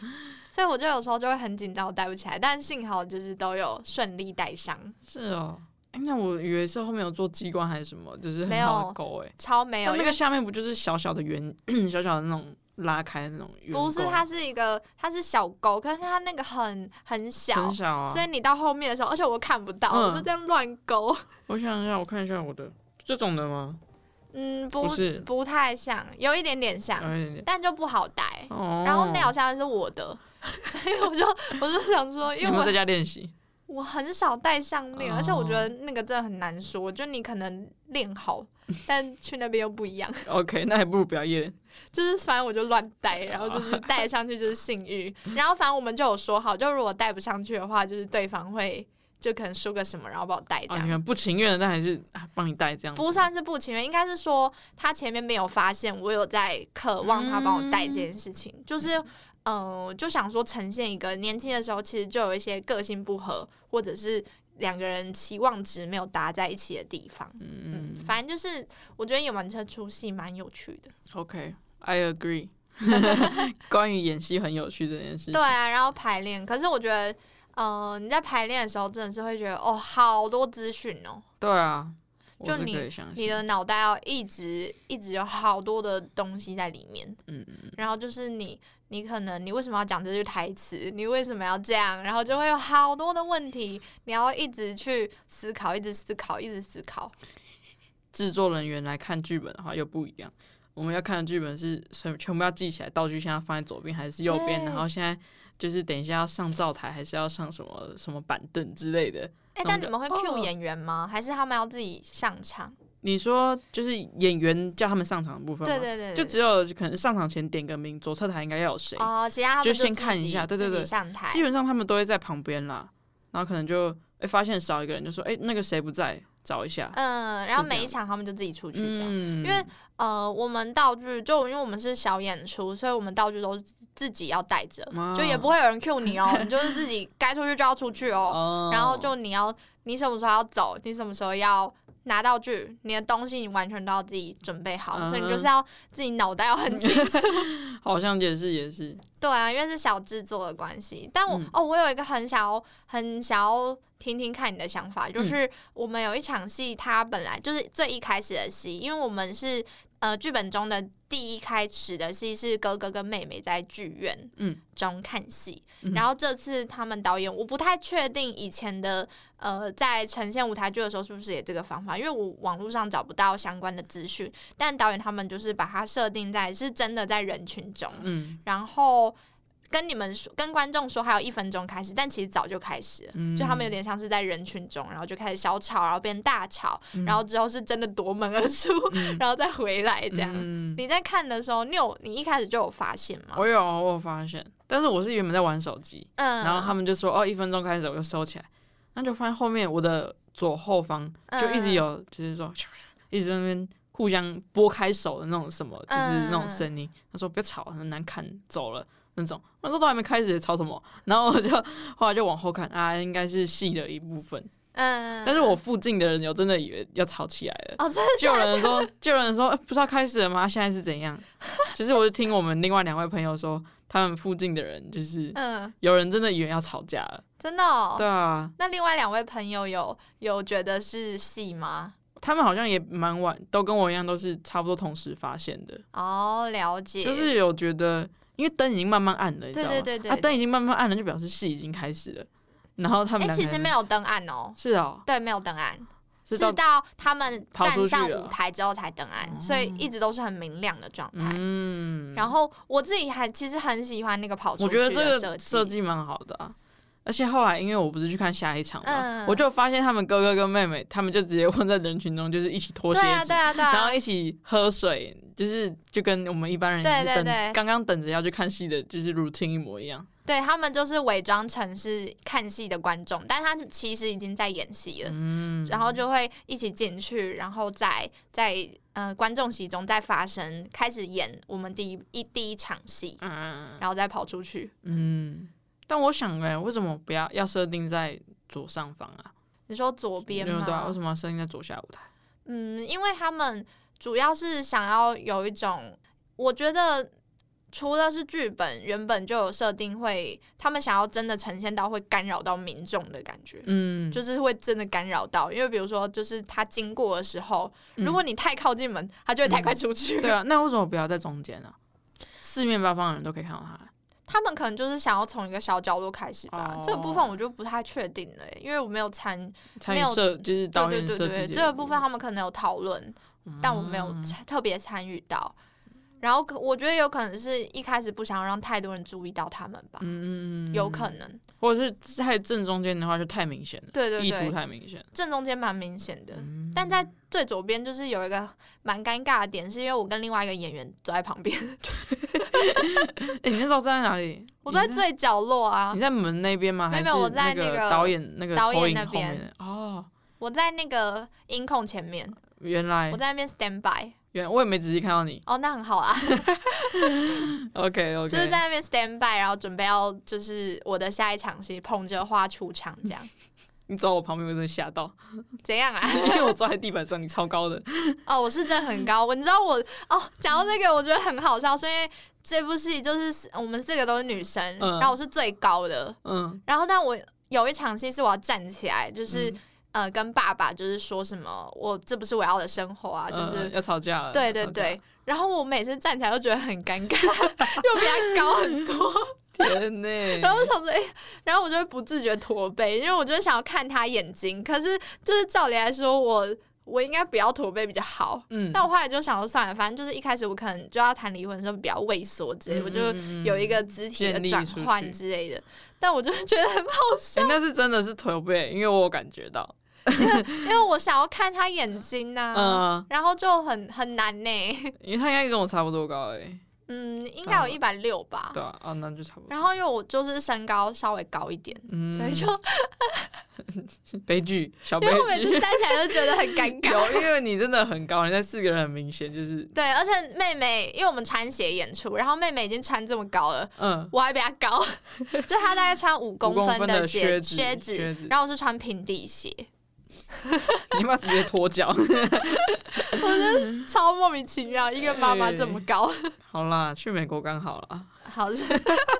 [SPEAKER 1] 所以我就有时候就会很紧张，我戴不起来，但幸好就是都有顺利戴上，
[SPEAKER 2] 是哦，哎、那我以为是后面有做机关还是什么，就是
[SPEAKER 1] 没
[SPEAKER 2] 很
[SPEAKER 1] 有
[SPEAKER 2] 好的钩哎、
[SPEAKER 1] 超没有，
[SPEAKER 2] 那
[SPEAKER 1] 因
[SPEAKER 2] 那
[SPEAKER 1] 为
[SPEAKER 2] 个下面不就是小小的圆， 小小的那种拉开的那种圆钩？
[SPEAKER 1] 不是它是一个它是小勾，可是它那个很很小。
[SPEAKER 2] 很小啊。
[SPEAKER 1] 所以你到后面的时候，而且我看不到，
[SPEAKER 2] 嗯
[SPEAKER 1] 我就这样乱勾，
[SPEAKER 2] 我想一下，我看一下我的这种的吗？
[SPEAKER 1] 嗯，不
[SPEAKER 2] 不是哎
[SPEAKER 1] 不太像，有一点点像，
[SPEAKER 2] 有一点点。
[SPEAKER 1] 但就不好戴。
[SPEAKER 2] 哦，
[SPEAKER 1] 然后那好像是我的， 所以我就我就想说，
[SPEAKER 2] 你
[SPEAKER 1] 因为
[SPEAKER 2] 们
[SPEAKER 1] 我
[SPEAKER 2] 在家练习？
[SPEAKER 1] 我很少戴项链，
[SPEAKER 2] 哦
[SPEAKER 1] 而且我觉得那个真的很难说，就你可能练好，但去那边又不一样，
[SPEAKER 2] OK，那还不如不要演。
[SPEAKER 1] 就是反正我就乱戴，然后就是
[SPEAKER 2] 哦
[SPEAKER 1] 戴上去就是幸运，然后反正我们就有说好，就如果戴不上去的话，就是对方会就可能输个什么，然后把我戴这
[SPEAKER 2] 啊，你
[SPEAKER 1] 样。
[SPEAKER 2] 看不情愿的，但还是啊帮你带这样子。
[SPEAKER 1] 不算是不情愿，应该是说他前面没有发现我有在渴望他帮我戴这件事情，就是嗯、呃就想说呈现一个年轻的时候，其实就有一些个性不合，或者是两个人期望值没有搭在一起的地方。嗯
[SPEAKER 2] 嗯，
[SPEAKER 1] 反正就是我觉得演完这出戏蛮有趣的，
[SPEAKER 2] ，OK，I agree 。关于演戏很有趣这件事情，
[SPEAKER 1] 对啊，然后排练，可是我觉得，呃，你在排练的时候真的是会觉得，哦，好多资讯哦，
[SPEAKER 2] 对啊，我
[SPEAKER 1] 就是你
[SPEAKER 2] 可以相
[SPEAKER 1] 你
[SPEAKER 2] 信
[SPEAKER 1] 的脑袋要一直一直有好多的东西在里面，
[SPEAKER 2] 嗯嗯
[SPEAKER 1] 然后就是你，你可能你为什么要讲这句台词？你为什么要这样？然后就会有好多的问题，你要一直去思考，一直思考，一直思考。
[SPEAKER 2] 制作人员来看剧本的话又不一样。我们要看的剧本是全全部要记起来，道具现在放在左边还是右边，
[SPEAKER 1] 对
[SPEAKER 2] 然后现在就是等一下要上灶台还是要上什么什么板凳之类的。
[SPEAKER 1] 哎、
[SPEAKER 2] 那
[SPEAKER 1] 但
[SPEAKER 2] 我
[SPEAKER 1] 你
[SPEAKER 2] 就
[SPEAKER 1] 们会 cue
[SPEAKER 2] 哦
[SPEAKER 1] 演员吗？还是他们要自己上场？
[SPEAKER 2] 你说就是演员叫他们上场的部分吗？
[SPEAKER 1] 对对对，
[SPEAKER 2] 就只有可能上场前点个名，左侧台应该要有谁，
[SPEAKER 1] 哦，其他他们
[SPEAKER 2] 就
[SPEAKER 1] 自
[SPEAKER 2] 先看一
[SPEAKER 1] 己
[SPEAKER 2] 下对对
[SPEAKER 1] 自己
[SPEAKER 2] 对
[SPEAKER 1] 上台。
[SPEAKER 2] 基本上他们都会在旁边啦。然后可能就哎、诶发现少一个人，就说哎、诶那个谁不在，找一下。
[SPEAKER 1] 嗯，然后
[SPEAKER 2] 就这
[SPEAKER 1] 每一
[SPEAKER 2] 样
[SPEAKER 1] 场他们就自己出去这样。
[SPEAKER 2] 嗯
[SPEAKER 1] 因为呃，我们道具就因为我们是小演出，所以我们道具都是自己要带着，
[SPEAKER 2] 啊
[SPEAKER 1] 就也不会有人 cue 你哦，你就是自己该出去就要出去哦。
[SPEAKER 2] 哦
[SPEAKER 1] 然后就你要你什么时候要走，你什么时候要拿道具，你的东西你完全都要自己准备好，所以你就是
[SPEAKER 2] 嗯
[SPEAKER 1] 要自己脑袋要很清楚。
[SPEAKER 2] 好像也是也是，
[SPEAKER 1] 对啊，因为是小制作的关系。但我、
[SPEAKER 2] 嗯
[SPEAKER 1] 哦，我有一个很想要很想要听听看你的想法，
[SPEAKER 2] 嗯
[SPEAKER 1] 就是我们有一场戏，它本来就是最一开始的戏，因为我们是呃剧本中的第一开始的戏是哥哥跟妹妹在剧院
[SPEAKER 2] 嗯
[SPEAKER 1] 中看戏，
[SPEAKER 2] 嗯
[SPEAKER 1] 然后这次他们导演我不太确定以前的呃在呈现舞台剧的时候是不是也这个方法，因为我网络上找不到相关的资讯，但导演他们就是把它设定在是真的在人群中，
[SPEAKER 2] 嗯
[SPEAKER 1] 然后跟你们说，跟观众说还有一分钟开始，但其实早就开始了，
[SPEAKER 2] 嗯
[SPEAKER 1] 就他们有点像是在人群中，然后就开始小吵，然后变大吵，
[SPEAKER 2] 嗯
[SPEAKER 1] 然后之后是真的夺门而出， 然后再回来这样。
[SPEAKER 2] 嗯
[SPEAKER 1] 你在看的时候，你有你一开始就有发现吗？
[SPEAKER 2] 我有我有发现，但是我是原本在玩手机，
[SPEAKER 1] 嗯，
[SPEAKER 2] 然后他们就说哦，一分钟开始我就收起来，那就发现后面我的左后方
[SPEAKER 1] 嗯
[SPEAKER 2] 就一直有，就是说一直在那边互相拨开手的那种什么，
[SPEAKER 1] 嗯
[SPEAKER 2] 就是那种声音。他说不要吵，很难看，走了那种。我说都还没开始，吵什么？ 然后我就后来就往后看啊，应该是戏的一部分。
[SPEAKER 1] 嗯，
[SPEAKER 2] 但是我附近的人有真的以为要吵起来了。
[SPEAKER 1] 哦， 真的
[SPEAKER 2] 就有人说，就有人说，欸、不是要开始了吗？现在是怎样？ 就是我就听我们另外两位朋友说，他们附近的人就是
[SPEAKER 1] 嗯，
[SPEAKER 2] 有人真的以为要吵架了。
[SPEAKER 1] 真的、哦。
[SPEAKER 2] 对啊，
[SPEAKER 1] 那另外两位朋友有有觉得是戏吗？
[SPEAKER 2] 他们好像也蛮晚，都跟我一样，都是差不多同时发现的，
[SPEAKER 1] 哦，了解，
[SPEAKER 2] 就是有觉得，因为灯已经慢慢暗了，你知道吗？
[SPEAKER 1] 对对对对
[SPEAKER 2] 啊，灯已经慢慢暗了，就表示戏已经开始了。然后他
[SPEAKER 1] 哎、
[SPEAKER 2] 们两个
[SPEAKER 1] 其
[SPEAKER 2] 人、
[SPEAKER 1] 实没有登岸哦，
[SPEAKER 2] 是哦，
[SPEAKER 1] 对，没有登岸，
[SPEAKER 2] 是
[SPEAKER 1] 是
[SPEAKER 2] 到
[SPEAKER 1] 到他们
[SPEAKER 2] 跑出
[SPEAKER 1] 站上
[SPEAKER 2] 去了
[SPEAKER 1] 舞台之后才登岸，所以一直都是很明亮的状态。
[SPEAKER 2] 嗯，
[SPEAKER 1] 然后我自己还其实很喜欢那个跑出
[SPEAKER 2] 我
[SPEAKER 1] 去
[SPEAKER 2] 觉
[SPEAKER 1] 的
[SPEAKER 2] 得这个设
[SPEAKER 1] 设计，
[SPEAKER 2] 计蛮好的啊。而且后来，因为我不是去看下一场嘛，
[SPEAKER 1] 嗯
[SPEAKER 2] 啊我就发现他们哥哥跟妹妹，他们就直接混在人群中，就是一起脱鞋
[SPEAKER 1] 对
[SPEAKER 2] 子，
[SPEAKER 1] 啊对啊对
[SPEAKER 2] 然后
[SPEAKER 1] 啊，
[SPEAKER 2] 一起喝水，就是就跟我们一般人
[SPEAKER 1] 对对
[SPEAKER 2] 等
[SPEAKER 1] 对
[SPEAKER 2] 刚刚等着要去看戏的，就是 routine 一模一样。
[SPEAKER 1] 对他们就是伪装成是看戏的观众，但他其实已经在演戏了。
[SPEAKER 2] 嗯，
[SPEAKER 1] 然后就会一起进去，然后再在呃观众席中再发生，开始演我们第一一第一场戏，
[SPEAKER 2] 嗯
[SPEAKER 1] 然后再跑出去。
[SPEAKER 2] 嗯，但我想哎、为什么不要要设定在左上方啊？
[SPEAKER 1] 你说左边
[SPEAKER 2] 对
[SPEAKER 1] 吗？
[SPEAKER 2] 对啊，为什么要设定在左下舞台？
[SPEAKER 1] 嗯，因为他们主要是想要有一种，我觉得除了是剧本原本就有设定会，他们想要真的呈现到会干扰到民众的感觉。
[SPEAKER 2] 嗯，
[SPEAKER 1] 就是会真的干扰到，因为比如说，就是他经过的时候，
[SPEAKER 2] 嗯
[SPEAKER 1] 如果你太靠近门，他就会太快出去。
[SPEAKER 2] 对啊，那为什么不要在中间啊？四面八方的人都可以看到他。
[SPEAKER 1] 他们可能就是想要从一个小角落开始吧。
[SPEAKER 2] 哦
[SPEAKER 1] 这个部分我就不太确定了耶，欸因为我没有参，
[SPEAKER 2] 参
[SPEAKER 1] 没
[SPEAKER 2] 与
[SPEAKER 1] 有
[SPEAKER 2] 设就
[SPEAKER 1] 对
[SPEAKER 2] 是导
[SPEAKER 1] 对
[SPEAKER 2] 演
[SPEAKER 1] 对
[SPEAKER 2] 设
[SPEAKER 1] 对，
[SPEAKER 2] 计
[SPEAKER 1] 这个部分他们可能有讨论，
[SPEAKER 2] 嗯
[SPEAKER 1] 但我没有参特别参与到。然后可我觉得有可能是一开始不想让太多人注意到他们吧，
[SPEAKER 2] 嗯嗯，
[SPEAKER 1] 有可能。
[SPEAKER 2] 或者是太正中间的话就太明显了，
[SPEAKER 1] 对对
[SPEAKER 2] 意图
[SPEAKER 1] 对，
[SPEAKER 2] 太明显。
[SPEAKER 1] 正中间蛮明显的，
[SPEAKER 2] 嗯，
[SPEAKER 1] 但在最左边就是有一个蛮尴尬的点，是因为我跟另外一个演员走在旁 边，
[SPEAKER 2] 哎，你那时候站在哪里？
[SPEAKER 1] 我都在
[SPEAKER 2] 你
[SPEAKER 1] 最角落啊
[SPEAKER 2] 你。在门那边吗？
[SPEAKER 1] 没
[SPEAKER 2] 还
[SPEAKER 1] 有
[SPEAKER 2] 是
[SPEAKER 1] 没有我在
[SPEAKER 2] 那
[SPEAKER 1] 那个
[SPEAKER 2] 导演那个
[SPEAKER 1] 导演
[SPEAKER 2] 投影
[SPEAKER 1] 那
[SPEAKER 2] 后
[SPEAKER 1] 边
[SPEAKER 2] 面的哦，
[SPEAKER 1] 我在那个音控前面，
[SPEAKER 2] 原来
[SPEAKER 1] 我在那边 stand by。
[SPEAKER 2] 原我也没仔细看到你。
[SPEAKER 1] 哦，那很好啊。
[SPEAKER 2] OK OK，
[SPEAKER 1] 就是在那边 stand by，然后准备要就是我的下一场戏捧着花出场这 样，
[SPEAKER 2] 你走到我旁边，我真的吓到，
[SPEAKER 1] 怎样啊？
[SPEAKER 2] 因为我坐在地板上，你超高的。
[SPEAKER 1] 哦，我是真的很高，我你知道我哦，讲到这个我觉得很好笑，是因为这部戏就是我们四个都是女生，
[SPEAKER 2] 嗯
[SPEAKER 1] 然后我是最高的，
[SPEAKER 2] 嗯，
[SPEAKER 1] 然后但我有一场戏是我要站起来，就是、
[SPEAKER 2] 嗯
[SPEAKER 1] 呃跟爸爸就是说什么我这不是我要的生活啊，就
[SPEAKER 2] 嗯
[SPEAKER 1] 是、
[SPEAKER 2] 要吵架了。
[SPEAKER 1] 对对
[SPEAKER 2] 要吵架
[SPEAKER 1] 对，，然后我每次站起来都觉得很尴尬，又比他高很多。
[SPEAKER 2] 天呢！
[SPEAKER 1] 然后我想说，哎、然后我就会不自觉驼背，因为我就想要看他眼睛。可是就是照理来说，我我应该不要驼背比较好。
[SPEAKER 2] 嗯，
[SPEAKER 1] 但我后来就想说，算了，反正就是一开始我可能就要谈离婚的时候比较畏缩之类，
[SPEAKER 2] 嗯
[SPEAKER 1] 我就有一个肢体的
[SPEAKER 2] 建立
[SPEAKER 1] 转
[SPEAKER 2] 出去
[SPEAKER 1] 换之类的。但我就觉得很好，
[SPEAKER 2] 哎、那是真的是驼背，因为我有感觉到，
[SPEAKER 1] 因为我想要看他眼睛呐、
[SPEAKER 2] 嗯，
[SPEAKER 1] 然后就很很难呢、
[SPEAKER 2] 因为他应该跟我差不多高哎、
[SPEAKER 1] 嗯，应该有一百六吧
[SPEAKER 2] 对。啊，啊，那就差不多。
[SPEAKER 1] 然后因为我就是身高稍微高一点，
[SPEAKER 2] 嗯，
[SPEAKER 1] 所以就
[SPEAKER 2] 悲剧小悲
[SPEAKER 1] 因为我每次
[SPEAKER 2] 剧，
[SPEAKER 1] 站起来就觉得很尴尬。
[SPEAKER 2] 有因为你真的很高，你那四个人很明显就是，
[SPEAKER 1] 对，而且妹妹，因为我们穿鞋演出，然后妹妹已经穿这么高了，
[SPEAKER 2] 嗯，
[SPEAKER 1] 我还比她高，就她大概穿五公分
[SPEAKER 2] 的
[SPEAKER 1] 鞋
[SPEAKER 2] 靴子
[SPEAKER 1] 靴
[SPEAKER 2] 靴子
[SPEAKER 1] 然后我是穿平底鞋，
[SPEAKER 2] 你要不要直接脱脚？
[SPEAKER 1] 我觉得超莫名其妙，一个妈妈这么高。
[SPEAKER 2] 好啦，去美国刚好啦。
[SPEAKER 1] 好是，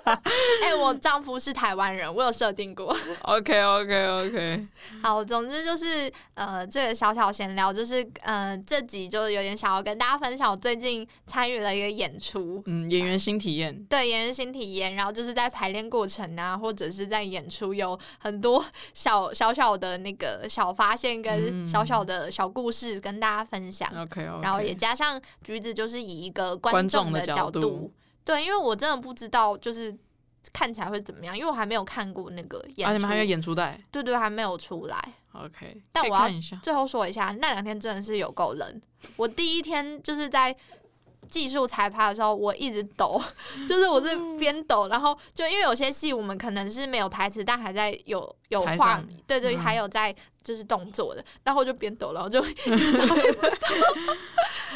[SPEAKER 1] 哎、我丈夫是台湾人，我有设定过。
[SPEAKER 2] OK OK OK，
[SPEAKER 1] 好，总之就是呃，这个小小闲聊，就是呃，这集就有点想要跟大家分享，我最近参与了一个演出，
[SPEAKER 2] 嗯，演员新体验，
[SPEAKER 1] 对，演员新体验，然后就是在排练过程啊，或者是在演出有很多小小小的那个小发现
[SPEAKER 2] 嗯
[SPEAKER 1] 跟小小的小故事跟大家分享，
[SPEAKER 2] OK OK，
[SPEAKER 1] 啊然后也加上橘子就是以一个
[SPEAKER 2] 观
[SPEAKER 1] 观
[SPEAKER 2] 众
[SPEAKER 1] 众
[SPEAKER 2] 的
[SPEAKER 1] 的
[SPEAKER 2] 角
[SPEAKER 1] 角
[SPEAKER 2] 度
[SPEAKER 1] 对，因为我真的不知道就是看起来会怎么样，因为我还没有看过那个演
[SPEAKER 2] 啊，你
[SPEAKER 1] 出，
[SPEAKER 2] 们还有演出带
[SPEAKER 1] 对对，还没有出来。
[SPEAKER 2] ？OK，
[SPEAKER 1] 但
[SPEAKER 2] 可以
[SPEAKER 1] 我要
[SPEAKER 2] 看一下。
[SPEAKER 1] 最后说一下，那两天真的是有够冷。我第一天就是在技术彩排的时候，我一直抖， 就是我是
[SPEAKER 2] 嗯
[SPEAKER 1] 边抖，然后就因为有些戏我们可能是没有台词，但还在有有
[SPEAKER 2] 台
[SPEAKER 1] 画
[SPEAKER 2] 上，
[SPEAKER 1] 对对，
[SPEAKER 2] 嗯
[SPEAKER 1] 还有在就是动作的，然后我就边抖，然后就一直抖一直抖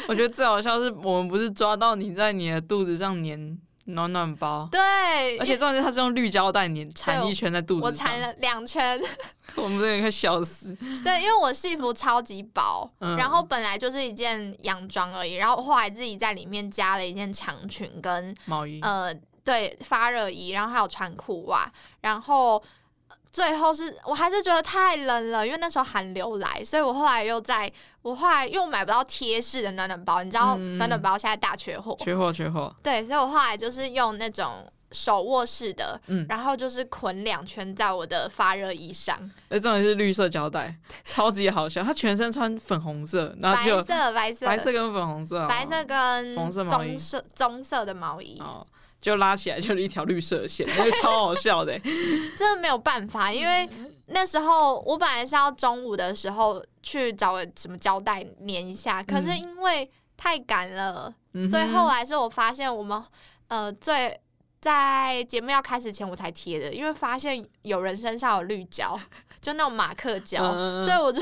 [SPEAKER 2] 我觉得最好笑是我们不是抓到你在你的肚子上粘暖暖包，
[SPEAKER 1] 对，
[SPEAKER 2] 而且重点是他是用绿胶带粘缠一圈在肚
[SPEAKER 1] 我
[SPEAKER 2] 子上
[SPEAKER 1] 缠，了两圈，
[SPEAKER 2] 我们真的快笑死。
[SPEAKER 1] 对，因为我戏服超级薄，
[SPEAKER 2] 嗯
[SPEAKER 1] 然后本来就是一件洋装而已，然后后来自己在里面加了一件长裙跟
[SPEAKER 2] 毛衣，
[SPEAKER 1] 呃，对，发热衣，然后还有穿裤袜，然后呃最后是我还是觉得太冷了，因为那时候寒流来，所以我后来又在我后来又买不到贴式的暖暖包，你知道
[SPEAKER 2] 嗯
[SPEAKER 1] 暖暖包现在大缺货，
[SPEAKER 2] 缺货缺货，
[SPEAKER 1] 对，所以我后来就是用那种手握式的，
[SPEAKER 2] 嗯
[SPEAKER 1] 然后就是捆两圈在我的发热衣上，
[SPEAKER 2] 而重点是绿色胶带，超级好笑。他全身穿粉红色，然后
[SPEAKER 1] 白
[SPEAKER 2] 只有
[SPEAKER 1] 色白色
[SPEAKER 2] 白色跟粉红色哦，
[SPEAKER 1] 白色跟
[SPEAKER 2] 红色毛衣
[SPEAKER 1] 棕色棕色的毛衣，
[SPEAKER 2] 哦，就拉起来就是一条绿色的线，那个超好笑的。欸
[SPEAKER 1] 真的没有办
[SPEAKER 2] 嗯
[SPEAKER 1] 法，因为那时候我本来是要中午的时候去找个什么胶带粘一下，可是因为太赶了，
[SPEAKER 2] 嗯嗯哼
[SPEAKER 1] 所以后来是我发现我们呃最在节目要开始前我才贴的，因为发现有人身上有绿 胶，就那种马克胶，
[SPEAKER 2] 嗯嗯嗯
[SPEAKER 1] 所以我就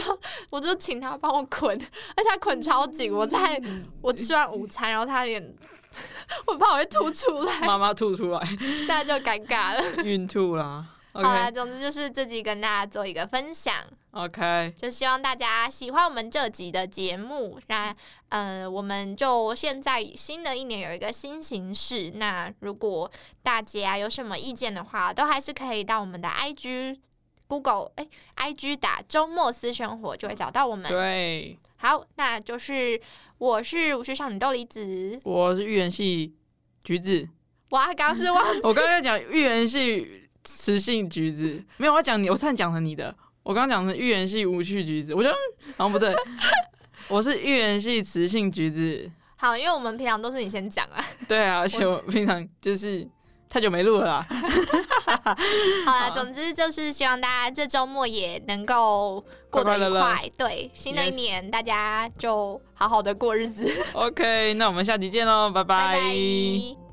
[SPEAKER 1] 我就请他帮我捆，而且他捆超紧，
[SPEAKER 2] 嗯
[SPEAKER 1] 我在我吃完午餐，然后他脸。 我怕我会吐出 来，
[SPEAKER 2] 妈妈吐出来，
[SPEAKER 1] 那就尴尬了。
[SPEAKER 2] 孕吐啦。
[SPEAKER 1] 好啊啦，
[SPEAKER 2] OK
[SPEAKER 1] 总之就是自己跟大家做一个分享，
[SPEAKER 2] OK，
[SPEAKER 1] 就希望大家喜欢我们这集的节目。那呃，我们就现在新的一年有一个新形式，那如果大家有什么意见的话，都还是可以到我们的 IG。Google 哎、i g 打周末私生活就会找到我们。
[SPEAKER 2] 对，
[SPEAKER 1] 好，那就是我是无趣少女豆梨子，
[SPEAKER 2] 我是预言系橘子，
[SPEAKER 1] 哇，刚刚是忘 记
[SPEAKER 2] 我刚刚讲预言系雌性橘子，没有，我要讲你，我差点讲成你的，我刚刚讲成预言系无趣橘子，我就嗯好像不对， 我是预言系雌性橘子，
[SPEAKER 1] 好，因为我们平常都是你先讲啊。
[SPEAKER 2] 对啊，而且我平常就是太久没录了啦，
[SPEAKER 1] 好啦，
[SPEAKER 2] 好
[SPEAKER 1] 总之就是希望大家这周末也能够过得
[SPEAKER 2] 快快
[SPEAKER 1] 愉
[SPEAKER 2] 乐乐
[SPEAKER 1] 对，新的一
[SPEAKER 2] Yes
[SPEAKER 1] 年大家就好好的过日子，
[SPEAKER 2] OK，那我们下集见喽，拜
[SPEAKER 1] 拜拜